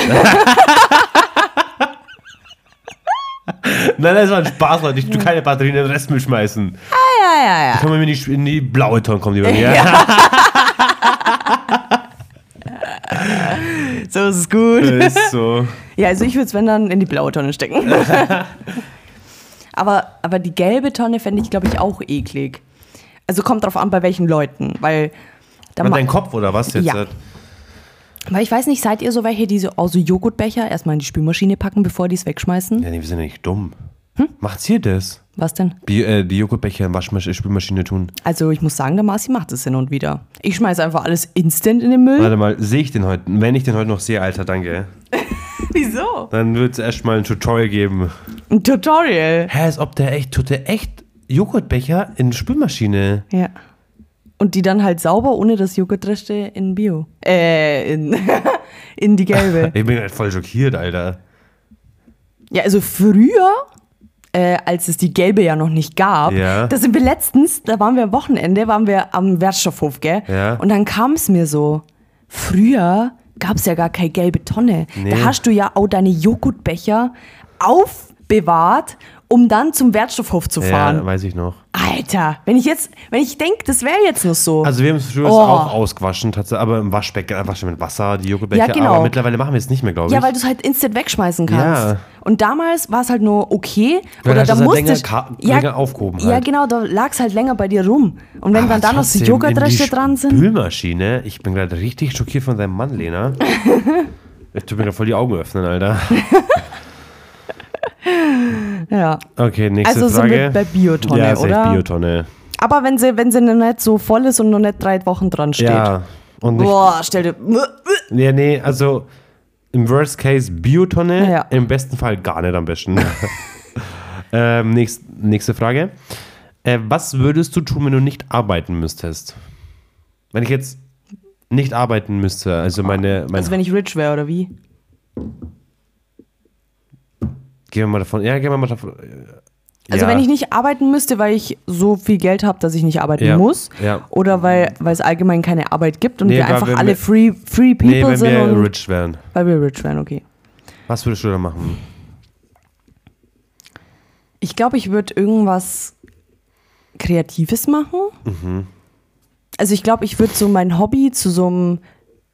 Speaker 4: Nein, das war ein Spaß, Leute. Ich tue keine Batterien in den Restmüll schmeißen. Ah, ja, ja, ja. Die kommen in die, in die blaue Tonne, kommen die bei mir.
Speaker 3: (laughs) So ist es
Speaker 4: (laughs)
Speaker 3: gut.
Speaker 4: Ist so.
Speaker 3: Ja, also ich würde es, wenn dann, in die blaue Tonne stecken. aber, aber die gelbe Tonne fände ich, glaube ich, auch eklig. Also kommt drauf an, bei welchen Leuten. Weil, da
Speaker 4: Mit
Speaker 3: ma-
Speaker 4: deinem Kopf oder was jetzt?
Speaker 3: Ja. weil ich weiß nicht, seid ihr so welche, die so aus so Joghurtbecher erstmal in die Spülmaschine packen, bevor die es wegschmeißen?
Speaker 4: Ja, nee, wir sind ja nicht dumm.
Speaker 3: Hm?
Speaker 4: Macht's hier das?
Speaker 3: Was denn?
Speaker 4: Bi äh, die Joghurtbecher in Waschmaschine, Spülmaschine tun.
Speaker 3: Also ich muss sagen, der Marci macht es hin und wieder. Ich schmeiße einfach alles instant in den Müll.
Speaker 4: Warte mal, sehe ich den heute? Wenn ich den heute noch sehe, Alter, danke.
Speaker 3: (laughs) Wieso?
Speaker 4: Dann wird's erst mal ein Tutorial geben.
Speaker 3: Ein Tutorial.
Speaker 4: Hä, als ob der echt, tut der echt Joghurtbecher in Spülmaschine?
Speaker 3: Ja. Und die dann halt sauber, ohne das Joghurtreste in Bio. Äh, in, (laughs) in die gelbe.
Speaker 4: Ich bin halt voll schockiert, Alter.
Speaker 3: Ja, also früher, äh, als es die gelbe ja noch nicht gab,
Speaker 4: Ja.
Speaker 3: da sind wir letztens, da waren wir am Wochenende, waren wir am Wertstoffhof, gell?
Speaker 4: Ja.
Speaker 3: Und dann kam es mir so, früher gab es ja gar keine gelbe Tonne.
Speaker 4: Nee.
Speaker 3: Da hast du ja auch deine Joghurtbecher aufbewahrt, um dann zum Wertstoffhof zu
Speaker 4: Ja,
Speaker 3: fahren.
Speaker 4: weiß ich noch.
Speaker 3: Alter, wenn ich jetzt, wenn ich denke, das wäre jetzt noch so.
Speaker 4: Also wir haben es früher
Speaker 3: Oh.
Speaker 4: auch ausgewaschen, tatsächlich, aber im Waschbecken einfach schon mit Wasser, die Joghurtbecher.
Speaker 3: Ja, genau.
Speaker 4: Aber mittlerweile machen wir es nicht mehr, glaube ich.
Speaker 3: ja, weil du es halt instant wegschmeißen kannst.
Speaker 4: Ja.
Speaker 3: Und damals war es halt nur okay.
Speaker 4: Weil
Speaker 3: oder
Speaker 4: hast
Speaker 3: da
Speaker 4: du's halt
Speaker 3: musste
Speaker 4: länger
Speaker 3: ich-
Speaker 4: ka- länger aufgehoben
Speaker 3: Ja,
Speaker 4: halt. Ah,
Speaker 3: genau, da lag es halt länger bei dir rum. Und wenn dann da noch die
Speaker 4: trotzdem, in
Speaker 3: Joghurtreste
Speaker 4: die
Speaker 3: dran sind.
Speaker 4: Spülmaschine. Ich bin gerade richtig schockiert von deinem Mann,
Speaker 3: (laughs)
Speaker 4: Lena. ich tu mir gerade voll die Augen öffnen, Alter.
Speaker 3: Ja.
Speaker 4: Okay, nächste
Speaker 3: Also sind
Speaker 4: Frage.
Speaker 3: wir bei Biotonne,
Speaker 4: ja, safe
Speaker 3: oder?
Speaker 4: Biotonne.
Speaker 3: Aber wenn sie, wenn sie noch nicht so voll ist und noch nicht drei Wochen dran steht.
Speaker 4: Ja. Und nicht,
Speaker 3: Boah, stell dir. Äh,
Speaker 4: ja, nee, also im Worst Case Biotonne,
Speaker 3: Ja.
Speaker 4: im besten Fall gar nicht am
Speaker 3: (laughs)
Speaker 4: besten. ähm, nächst, nächste Frage. Äh, was würdest du tun, wenn du nicht arbeiten müsstest? Wenn ich jetzt nicht arbeiten müsste, also meine, meine
Speaker 3: Also wenn ich rich wäre, oder wie?
Speaker 4: gehen wir mal davon, ja, gehen wir mal davon, äh,
Speaker 3: Also
Speaker 4: Ja.
Speaker 3: wenn ich nicht arbeiten müsste, weil ich so viel Geld habe, dass ich nicht arbeiten
Speaker 4: Ja,
Speaker 3: muss.
Speaker 4: ja.
Speaker 3: Oder weil, weil es allgemein keine Arbeit gibt und
Speaker 4: Nee,
Speaker 3: wir
Speaker 4: weil
Speaker 3: einfach
Speaker 4: wenn
Speaker 3: alle
Speaker 4: wir-
Speaker 3: free, free people
Speaker 4: nee, wenn
Speaker 3: sind.
Speaker 4: wir
Speaker 3: und,
Speaker 4: rich wären.
Speaker 3: Weil wir rich wären, okay.
Speaker 4: Was würdest du da machen?
Speaker 3: Ich glaube, ich würde irgendwas Kreatives machen.
Speaker 4: Mhm.
Speaker 3: Also ich glaube, ich würde so mein Hobby zu so einem,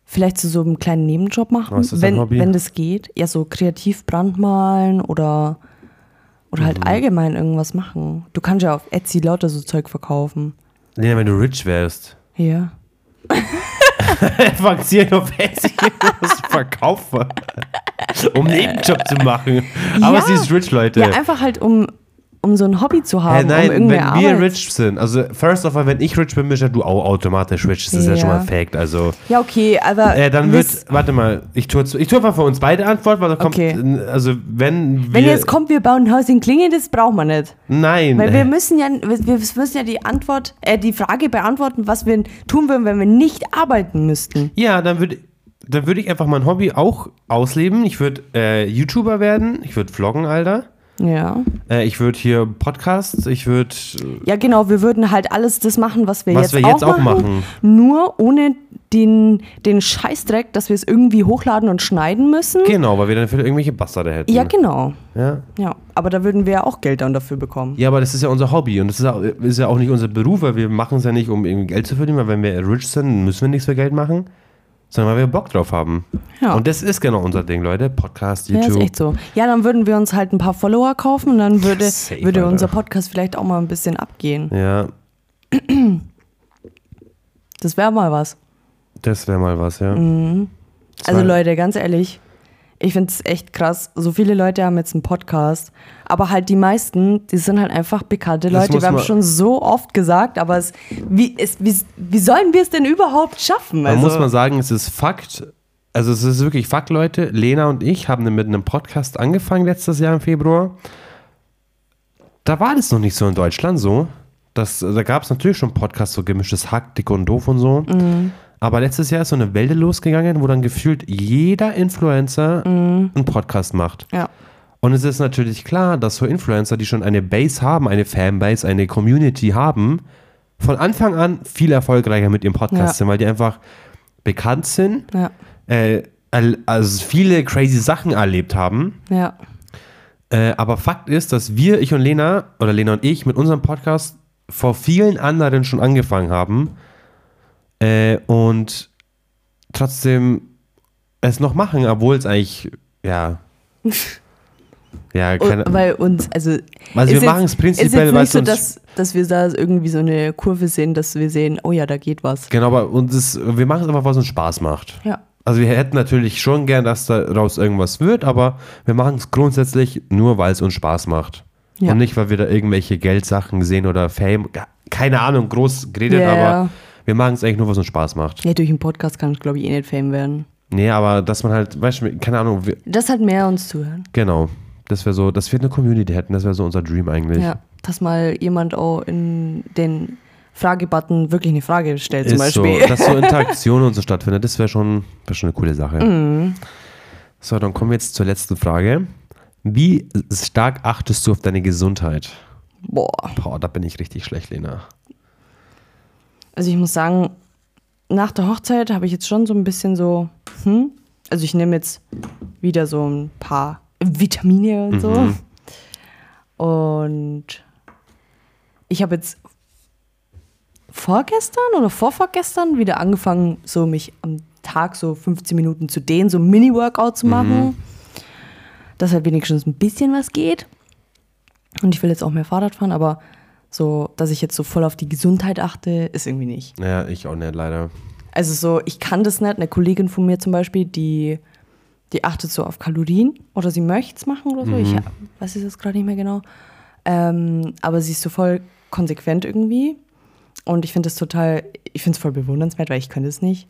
Speaker 3: vielleicht zu so einem kleinen Nebenjob machen,
Speaker 4: Was ist
Speaker 3: wenn,
Speaker 4: dein Hobby?
Speaker 3: wenn das geht. Ja, so kreativ brandmalen oder, oder
Speaker 4: Mhm.
Speaker 3: halt allgemein irgendwas machen. Du kannst ja auf Etsy lauter so Zeug verkaufen.
Speaker 4: Lena, wenn du rich (laughs) wärst.
Speaker 3: Ja.
Speaker 4: Fangst hier nur fest, was (laughs) verkaufe. Um einen Nebenjob zu machen. Aber
Speaker 3: Ja.
Speaker 4: sie ist rich, Leute.
Speaker 3: Ja, einfach halt um, um so ein Hobby zu haben,
Speaker 4: Hä, nein,
Speaker 3: um
Speaker 4: wenn wir
Speaker 3: irgendeine Arbeit.
Speaker 4: rich sind, also first of all, wenn ich rich bin, bist ja du auch automatisch rich. Das ist ja,
Speaker 3: Ja.
Speaker 4: schon mal ein Fact. Also,
Speaker 3: ja, okay, aber
Speaker 4: äh, dann
Speaker 3: wisst-
Speaker 4: wird, warte mal, ich tue, ich tue einfach für uns beide Antwort, weil da kommt,
Speaker 3: Okay.
Speaker 4: also wenn wir,
Speaker 3: wenn jetzt kommt, wir bauen ein Haus in Klinge, das brauchen wir nicht.
Speaker 4: nein,
Speaker 3: Weil wir müssen ja, wir wir müssen ja die Antwort, äh, die Frage beantworten, was wir tun würden, wenn wir nicht arbeiten müssten.
Speaker 4: Ja, dann würde dann würd ich einfach mein Hobby auch ausleben. Ich würde äh, YouTuber werden, ich würde vloggen, Alter.
Speaker 3: Ja.
Speaker 4: Äh, ich würde hier Podcasts, ich würde.
Speaker 3: Ja, genau, wir würden halt alles das machen, was wir,
Speaker 4: Was
Speaker 3: jetzt,
Speaker 4: wir
Speaker 3: auch
Speaker 4: jetzt auch machen.
Speaker 3: Nur ohne den, den Scheißdreck, dass wir es irgendwie hochladen und schneiden müssen.
Speaker 4: Genau, weil wir dann für irgendwelche Bastarde hätten.
Speaker 3: ja, genau.
Speaker 4: ja.
Speaker 3: Ja, aber da würden wir ja auch Geld dann dafür bekommen.
Speaker 4: ja, aber das ist ja unser Hobby und das ist ja, ist ja auch nicht unser Beruf, weil wir machen es ja nicht, um irgendwie Geld zu verdienen, weil wenn wir rich sind, müssen wir nichts für Geld machen. sondern weil wir Bock drauf haben.
Speaker 3: Ja.
Speaker 4: Und das ist genau unser Ding, Leute. Podcast,
Speaker 3: Ja, ist
Speaker 4: YouTube.
Speaker 3: echt so. Ja, dann würden wir uns halt ein paar Follower kaufen und dann würde,
Speaker 4: Safe,
Speaker 3: würde
Speaker 4: Alter.
Speaker 3: unser Podcast vielleicht auch mal ein bisschen abgehen.
Speaker 4: ja
Speaker 3: Das wäre mal was.
Speaker 4: das wäre mal was, ja.
Speaker 3: Also
Speaker 4: war-
Speaker 3: Leute, ganz ehrlich, ich finde es echt krass. So viele Leute haben jetzt einen Podcast, aber halt die meisten, die sind halt einfach bekannte
Speaker 4: Das
Speaker 3: Leute.
Speaker 4: muss
Speaker 3: Wir haben
Speaker 4: man-
Speaker 3: schon so oft gesagt, aber es, wie, es, wie, wie sollen wir es denn überhaupt schaffen?
Speaker 4: Da
Speaker 3: Also,
Speaker 4: muss man sagen, es ist Fakt. Also es ist wirklich Fakt, Leute. Lena und ich haben mit einem Podcast angefangen letztes Jahr im Februar. Da war das noch nicht so in Deutschland so. Das, da gab es natürlich schon Podcasts, so gemischtes Hack, dick und doof und so. Aber letztes Jahr ist so eine Welle losgegangen, wo dann gefühlt jeder Influencer einen Podcast macht.
Speaker 3: ja.
Speaker 4: Und es ist natürlich klar, dass so Influencer, die schon eine Base haben, eine Fanbase, eine Community haben, von Anfang an viel erfolgreicher mit ihrem Podcast
Speaker 3: Ja.
Speaker 4: sind, weil die einfach bekannt sind,
Speaker 3: Ja,
Speaker 4: äh, al- also viele crazy Sachen erlebt haben.
Speaker 3: ja,
Speaker 4: Äh, aber Fakt ist, dass wir, ich und Lena, oder Lena und ich, mit unserem Podcast vor vielen anderen schon angefangen haben. Äh, und trotzdem es noch machen, obwohl es eigentlich,
Speaker 3: (laughs)
Speaker 4: ja. ja, keine,
Speaker 3: Und, weil uns, also,
Speaker 4: Also
Speaker 3: ist
Speaker 4: wir
Speaker 3: jetzt-
Speaker 4: machen es
Speaker 3: ist jetzt
Speaker 4: prinzipiell,
Speaker 3: nicht
Speaker 4: weil es
Speaker 3: so,
Speaker 4: uns
Speaker 3: dass, dass wir da irgendwie so eine Kurve sehen, dass wir sehen, oh ja, da geht was.
Speaker 4: genau, aber uns ist, wir machen es einfach, was uns Spaß macht.
Speaker 3: Ja,
Speaker 4: Also wir hätten natürlich schon gern, dass daraus irgendwas wird, aber wir machen es grundsätzlich nur, weil es uns Spaß macht.
Speaker 3: Ja.
Speaker 4: Und nicht, weil wir da irgendwelche Geldsachen sehen oder Fame, ja, keine Ahnung, groß geredet,
Speaker 3: Ja, ja.
Speaker 4: aber wir machen es eigentlich nur, was uns Spaß macht.
Speaker 3: ja durch einen Podcast kann ich, glaube ich, eh nicht Fame werden.
Speaker 4: Nee, aber dass man halt, weißt du, keine Ahnung, wir,
Speaker 3: Das hat mehr uns zuhören.
Speaker 4: genau, das wäre so, dass wir eine Community hätten, das wäre so unser Dream eigentlich.
Speaker 3: Ja, dass mal jemand auch in den Fragebutton wirklich eine Frage stellt, zum
Speaker 4: Ist so,
Speaker 3: Beispiel.
Speaker 4: dass
Speaker 3: (laughs)
Speaker 4: so Interaktion und so stattfindet, das wäre schon, wär schon eine coole Sache.
Speaker 3: Mhm.
Speaker 4: So, dann kommen wir jetzt zur letzten Frage. Wie stark achtest du auf deine Gesundheit?
Speaker 3: Boah.
Speaker 4: Boah, da bin ich richtig schlecht, Lena.
Speaker 3: Also ich muss sagen, nach der Hochzeit habe ich jetzt schon so ein bisschen so, hm, also ich nehme jetzt wieder so ein paar Vitamine und so. Und ich habe jetzt vorgestern oder vorvorgestern wieder angefangen, so mich am Tag so 15 Minuten zu dehnen, so ein Mini-Workout zu machen. Dass halt wenigstens ein bisschen was geht. Und ich will jetzt auch mehr Fahrrad fahren, aber so, dass ich jetzt so voll auf die Gesundheit achte, ist irgendwie nicht.
Speaker 4: Naja, ich auch nicht, leider.
Speaker 3: Also so, ich kann das nicht. Eine Kollegin von mir zum Beispiel, die, die achtet so auf Kalorien oder sie möchte es machen oder so.
Speaker 4: Mhm.
Speaker 3: Ich weiß es jetzt gerade nicht mehr genau. Ähm, aber sie ist so voll konsequent irgendwie. Und ich finde das total, ich finde es voll bewundernswert, weil ich könnte es nicht.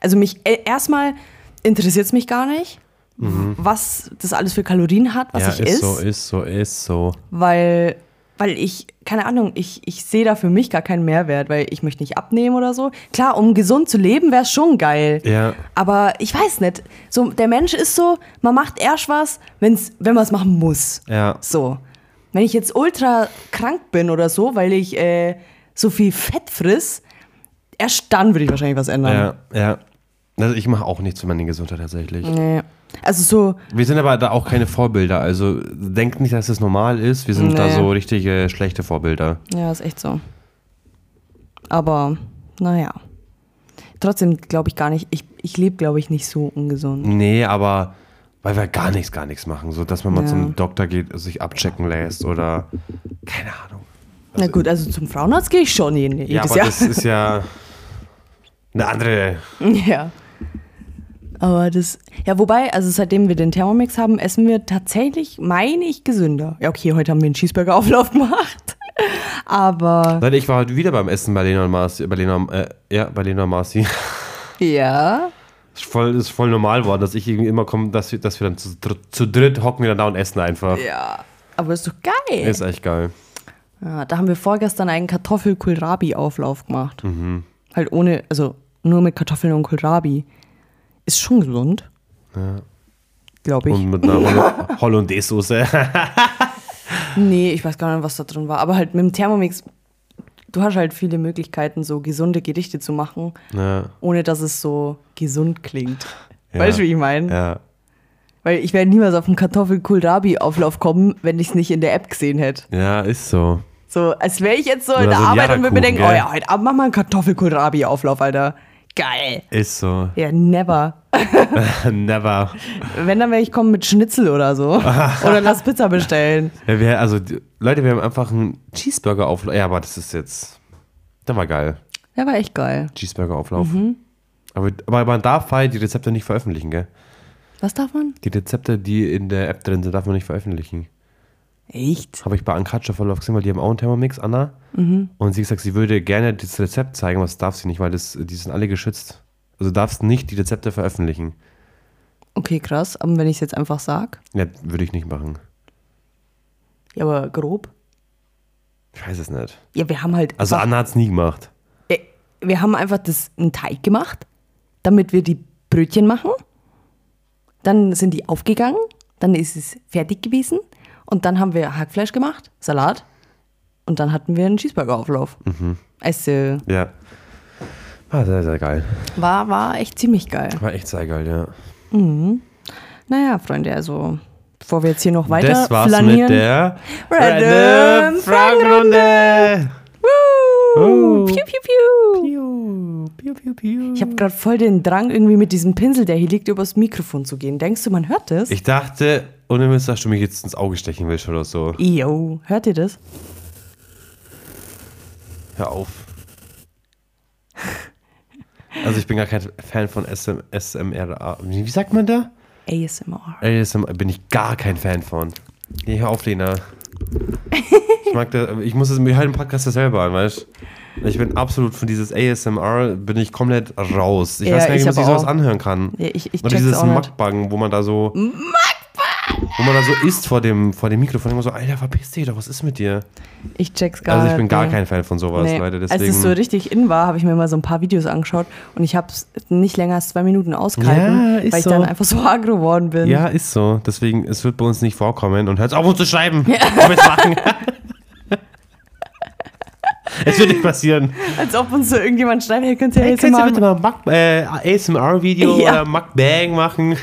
Speaker 3: Also mich, äh, erstmal interessiert es mich gar nicht, was das alles für Kalorien hat, was
Speaker 4: Mhm. ja,
Speaker 3: ich
Speaker 4: ist
Speaker 3: esse
Speaker 4: so, ist so, ist so.
Speaker 3: weil, weil ich, keine Ahnung, ich, ich sehe da für mich gar keinen Mehrwert, weil ich möchte nicht abnehmen oder so. Klar, um gesund zu leben, wäre es schon geil.
Speaker 4: Ja.
Speaker 3: Aber ich weiß nicht. So, der Mensch ist so, man macht erst was, wenn's, wenn man es machen muss.
Speaker 4: Ja.
Speaker 3: So. Wenn ich jetzt ultra krank bin oder so, weil ich äh, so viel Fett friss, erst dann würde ich wahrscheinlich was ändern.
Speaker 4: Ja, ja. Also ich mache auch nichts für meine Gesundheit tatsächlich.
Speaker 3: Nee. Also so,
Speaker 4: Wir sind aber da auch keine Vorbilder. Also denkt nicht, dass das normal ist. Wir sind da
Speaker 3: Nee.
Speaker 4: so richtige schlechte Vorbilder.
Speaker 3: Ja, ist echt so. Aber, naja. Trotzdem glaube ich gar nicht, ich, ich lebe, glaube ich, nicht so ungesund.
Speaker 4: Nee, aber weil wir gar nichts, gar nichts machen. So, dass man mal
Speaker 3: Ja.
Speaker 4: zum Doktor geht, sich abchecken lässt oder keine Ahnung.
Speaker 3: Na gut, also zum Frauenarzt gehe ich schon jeden,
Speaker 4: Ja,
Speaker 3: jedes
Speaker 4: aber
Speaker 3: Jahr.
Speaker 4: das ist ja eine andere.
Speaker 3: (laughs) ja. Aber das, ja, wobei, also seitdem wir den Thermomix haben, essen wir tatsächlich, meine ich, gesünder. Ja, okay, heute haben wir einen Cheeseburger-Auflauf gemacht. (laughs) Aber,
Speaker 4: Leute, ich war heute wieder beim Essen bei Lena und Marci. Bei Lena, äh, ja, bei Lena und Marci.
Speaker 3: ja.
Speaker 4: (laughs) Ist voll, ist voll normal geworden, dass ich irgendwie immer komme, dass wir, dass wir dann zu, dr- zu dritt hocken wir dann da und essen einfach.
Speaker 3: Ja. Aber ist doch geil.
Speaker 4: Ist echt geil.
Speaker 3: Ja, da haben wir vorgestern einen Kartoffel-Kohlrabi-Auflauf gemacht. Halt ohne, also nur mit Kartoffeln und Kohlrabi. Ist schon gesund. Ja. Glaube ich.
Speaker 4: Und mit einer
Speaker 3: (laughs)
Speaker 4: Hol Hollandaise-Soße. (laughs)
Speaker 3: nee, ich weiß gar nicht, was da drin war. Aber halt mit dem Thermomix, du hast halt viele Möglichkeiten, so gesunde Gerichte zu machen,
Speaker 4: ja.
Speaker 3: ohne dass es so gesund klingt. Weißt du, wie ich meine?
Speaker 4: Ja.
Speaker 3: Weil ich wäre niemals auf einen Kartoffel-Kohlrabi-Auflauf kommen, wenn ich es nicht in der App gesehen hätte.
Speaker 4: ja, ist so.
Speaker 3: So, als wäre ich jetzt so
Speaker 4: Oder
Speaker 3: in der
Speaker 4: so ein
Speaker 3: Arbeit und würde mir
Speaker 4: Jarakuchen,
Speaker 3: denken,
Speaker 4: gell?
Speaker 3: oh ja, heute Abend mach mal einen Kartoffelkohlrabi-Auflauf, Alter. Geil.
Speaker 4: Ist so. (laughs)
Speaker 3: Ja, never.
Speaker 4: Never.
Speaker 3: Wenn, dann wäre ich kommen mit Schnitzel oder so.
Speaker 4: (laughs)
Speaker 3: oder lass Pizza bestellen.
Speaker 4: Ja, wir, also, die- Leute, wir haben einfach einen Cheeseburger-Auflauf. Ja, aber das ist jetzt. Der war geil.
Speaker 3: Der war echt geil.
Speaker 4: Cheeseburger-Auflauf. Aber, aber man darf halt die Rezepte nicht veröffentlichen, gell?
Speaker 3: Was darf man?
Speaker 4: Die Rezepte, die in der App drin sind, darf man nicht veröffentlichen.
Speaker 3: Echt?
Speaker 4: Habe ich bei Ankatscha Verlauf gesehen, weil die haben auch einen Thermomix, Anna. Und sie hat gesagt, sie würde gerne das Rezept zeigen, aber das darf sie nicht, weil das, die sind alle geschützt. Also du darfst nicht die Rezepte veröffentlichen.
Speaker 3: Okay, krass. Aber wenn ich es jetzt einfach sag?
Speaker 4: Ja, würde ich nicht machen.
Speaker 3: Ja, aber grob.
Speaker 4: Ich weiß es nicht.
Speaker 3: Ja, wir haben halt.
Speaker 4: Also
Speaker 3: einfach,
Speaker 4: Anna hat es nie gemacht.
Speaker 3: äh, wir haben einfach das, einen Teig gemacht, damit wir die Brötchen machen. Dann sind die aufgegangen. Dann ist es fertig gewesen. Und dann haben wir Hackfleisch gemacht, Salat. Und dann hatten wir einen Cheeseburger-Auflauf.
Speaker 4: Mhm.
Speaker 3: Also,
Speaker 4: Ja. War sehr, sehr geil.
Speaker 3: war, war echt ziemlich geil.
Speaker 4: War echt sehr geil, ja.
Speaker 3: Naja, Freunde, also bevor wir jetzt hier noch weiter
Speaker 4: das war's
Speaker 3: flanieren.
Speaker 4: mit der
Speaker 3: Random
Speaker 4: Fragenrunde.
Speaker 3: Woo!
Speaker 4: Oh.
Speaker 3: Piu, piu, piu.
Speaker 4: Piu, piu, piu, piu.
Speaker 3: Ich habe gerade voll den Drang, irgendwie mit diesem Pinsel, der hier liegt, übers Mikrofon zu gehen. Denkst du, man hört das?
Speaker 4: Ich dachte, ohne Mist, dass du mich jetzt ins Auge stechen willst oder so.
Speaker 3: Yo, hört ihr das?
Speaker 4: Hör auf. Also ich bin gar kein Fan von SM, SMRA. Wie sagt man da?
Speaker 3: ASMR.
Speaker 4: ASM bin ich gar kein Fan von. Nee, hör auf, Lena.
Speaker 3: (laughs)
Speaker 4: Ich mag das, ich muss es mir halt im Podcast das selber an, weißt du? Ich bin absolut von dieses ASMR, bin ich komplett raus. Ich
Speaker 3: Ja,
Speaker 4: weiß gar nicht,
Speaker 3: ich
Speaker 4: was ich
Speaker 3: aber
Speaker 4: sowas
Speaker 3: auch.
Speaker 4: anhören kann.
Speaker 3: Ja, ich- ich
Speaker 4: Und
Speaker 3: check's
Speaker 4: dieses
Speaker 3: auch nicht.
Speaker 4: Mukbang, wo man da so. Wo man da so isst vor dem, vor dem Mikrofon. Immer so, Alter, verpiss dich doch, was ist mit dir?
Speaker 3: Ich check's gar nicht.
Speaker 4: Also ich bin gar
Speaker 3: nee.
Speaker 4: kein Fan von sowas,
Speaker 3: Nee.
Speaker 4: Leute.
Speaker 3: Als
Speaker 4: Deswegen.
Speaker 3: es so richtig in war, habe ich mir mal so ein paar Videos angeschaut und ich habe es nicht länger als zwei Minuten ausgehalten,
Speaker 4: Ja, ist
Speaker 3: weil ich
Speaker 4: so.
Speaker 3: dann einfach so agro geworden bin.
Speaker 4: Ja, ist so. Deswegen, es wird bei uns nicht vorkommen. Und hört auf, uns zu schreiben. Komm, jetzt machen. (laughs) es wird nicht passieren.
Speaker 3: Als ob uns so irgendjemand schreibt, hey, könnt ihr
Speaker 4: Hey,
Speaker 3: jetzt
Speaker 4: kannst du
Speaker 3: mal...
Speaker 4: bitte mal ein Mug- äh, ASMR-Video
Speaker 3: Ja.
Speaker 4: oder Mukbang machen?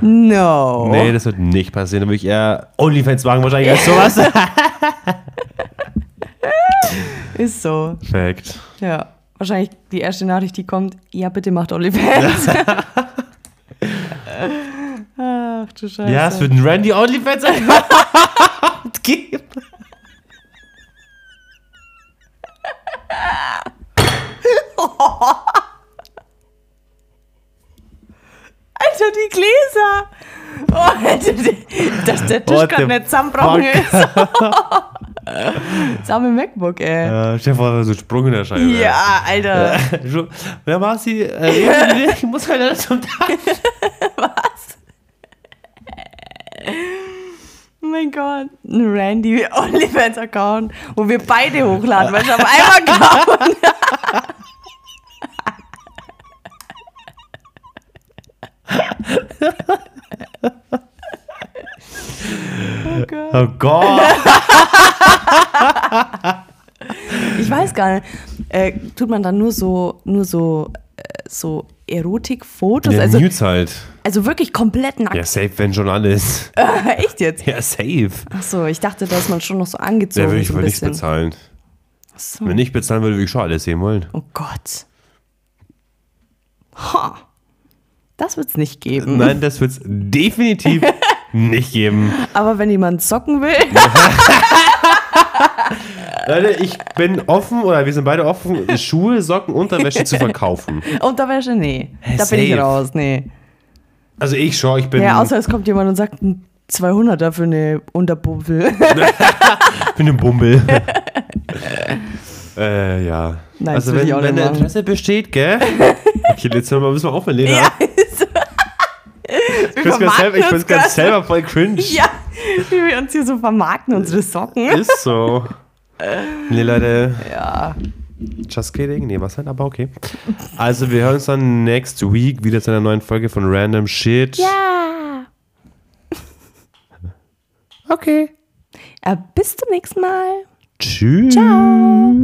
Speaker 3: No.
Speaker 4: Nee, das wird nicht passieren. Da würde ich eher Onlyfans machen wahrscheinlich als sowas.
Speaker 3: (laughs) Ist so.
Speaker 4: Perfekt.
Speaker 3: Ja, wahrscheinlich die erste Nachricht, die kommt, ja, bitte macht OnlyFans. (laughs) Ach du Scheiße.
Speaker 4: Ja, es wird ein Randy Onlyfans (laughs) geben.
Speaker 3: Alter, die Gläser! Oh, Alter, die- dass der Tisch
Speaker 4: What
Speaker 3: gerade
Speaker 4: the
Speaker 3: nicht zusammenbrochen
Speaker 4: fuck?
Speaker 3: ist. Same MacBook, ey.
Speaker 4: Äh, Stefan hat so einen Sprung in der Scheibe. (laughs)
Speaker 3: Ja, Alter.
Speaker 4: So, Ja, Marci,
Speaker 3: (laughs)
Speaker 4: äh, ich muss halt alles zum Tag.
Speaker 3: Oh mein Gott. Ein Randy OnlyFans-Account, wo wir beide hochladen, weil es auf einmal kam. (laughs)
Speaker 4: Oh Gott.
Speaker 3: Ich weiß gar nicht. Äh, tut man dann nur so, nur so, äh, so Erotikfotos?
Speaker 4: Ja,
Speaker 3: Also,
Speaker 4: Nudes halt.
Speaker 3: also wirklich komplett nackt.
Speaker 4: Ja, safe, wenn schon
Speaker 3: (laughs)
Speaker 4: alles.
Speaker 3: Echt jetzt?
Speaker 4: Ja, safe.
Speaker 3: Ach so, ich dachte, da ist man schon noch so angezogen.
Speaker 4: Da würde ich
Speaker 3: so ein
Speaker 4: wohl nichts
Speaker 3: bisschen. Hm.
Speaker 4: bezahlen.
Speaker 3: Ach so.
Speaker 4: Wenn ich bezahlen würde, würde ich schon alles sehen wollen.
Speaker 3: Oh Gott. Ha. Das wird's nicht geben.
Speaker 4: Nein, das wird es definitiv nicht geben.
Speaker 3: (laughs) Aber wenn jemand zocken will, (laughs)
Speaker 4: Leute, ich bin offen, oder wir sind beide
Speaker 3: (laughs)
Speaker 4: offen, Schuhe, Socken, Unterwäsche zu verkaufen.
Speaker 3: Unterwäsche, nee. da bin ich
Speaker 4: safe.
Speaker 3: raus, nee.
Speaker 4: Also ich schon, ich bin,
Speaker 3: Ja, außer es kommt jemand und sagt, ein 200 dafür eine Unterpuppe.
Speaker 4: bin eine
Speaker 3: (laughs)
Speaker 4: Bumbel. äh, ja.
Speaker 3: Nein,
Speaker 4: also
Speaker 3: das
Speaker 4: wenn,
Speaker 3: will ich auch
Speaker 4: wenn
Speaker 3: nicht
Speaker 4: der
Speaker 3: machen.
Speaker 4: Interesse besteht,
Speaker 3: (laughs)
Speaker 4: gell? Okay, jetzt hören wir, müssen wir aufhören, Lena.
Speaker 3: Ja,
Speaker 4: ich bin's grad
Speaker 3: vermarkten
Speaker 4: selber, ich bin's
Speaker 3: uns
Speaker 4: grad
Speaker 3: grad.
Speaker 4: selber voll cringe.
Speaker 3: (laughs) ja, wie wir uns hier so vermarkten, unsere Socken.
Speaker 4: Ist so. Nee, Leute. Ja. Just kidding. Nee, was denn? Aber okay. Also, wir hören uns dann next week wieder zu einer neuen Folge von Random Shit.
Speaker 3: Ja. Okay. Äh, bis zum nächsten Mal.
Speaker 4: Tschüss.
Speaker 3: Ciao.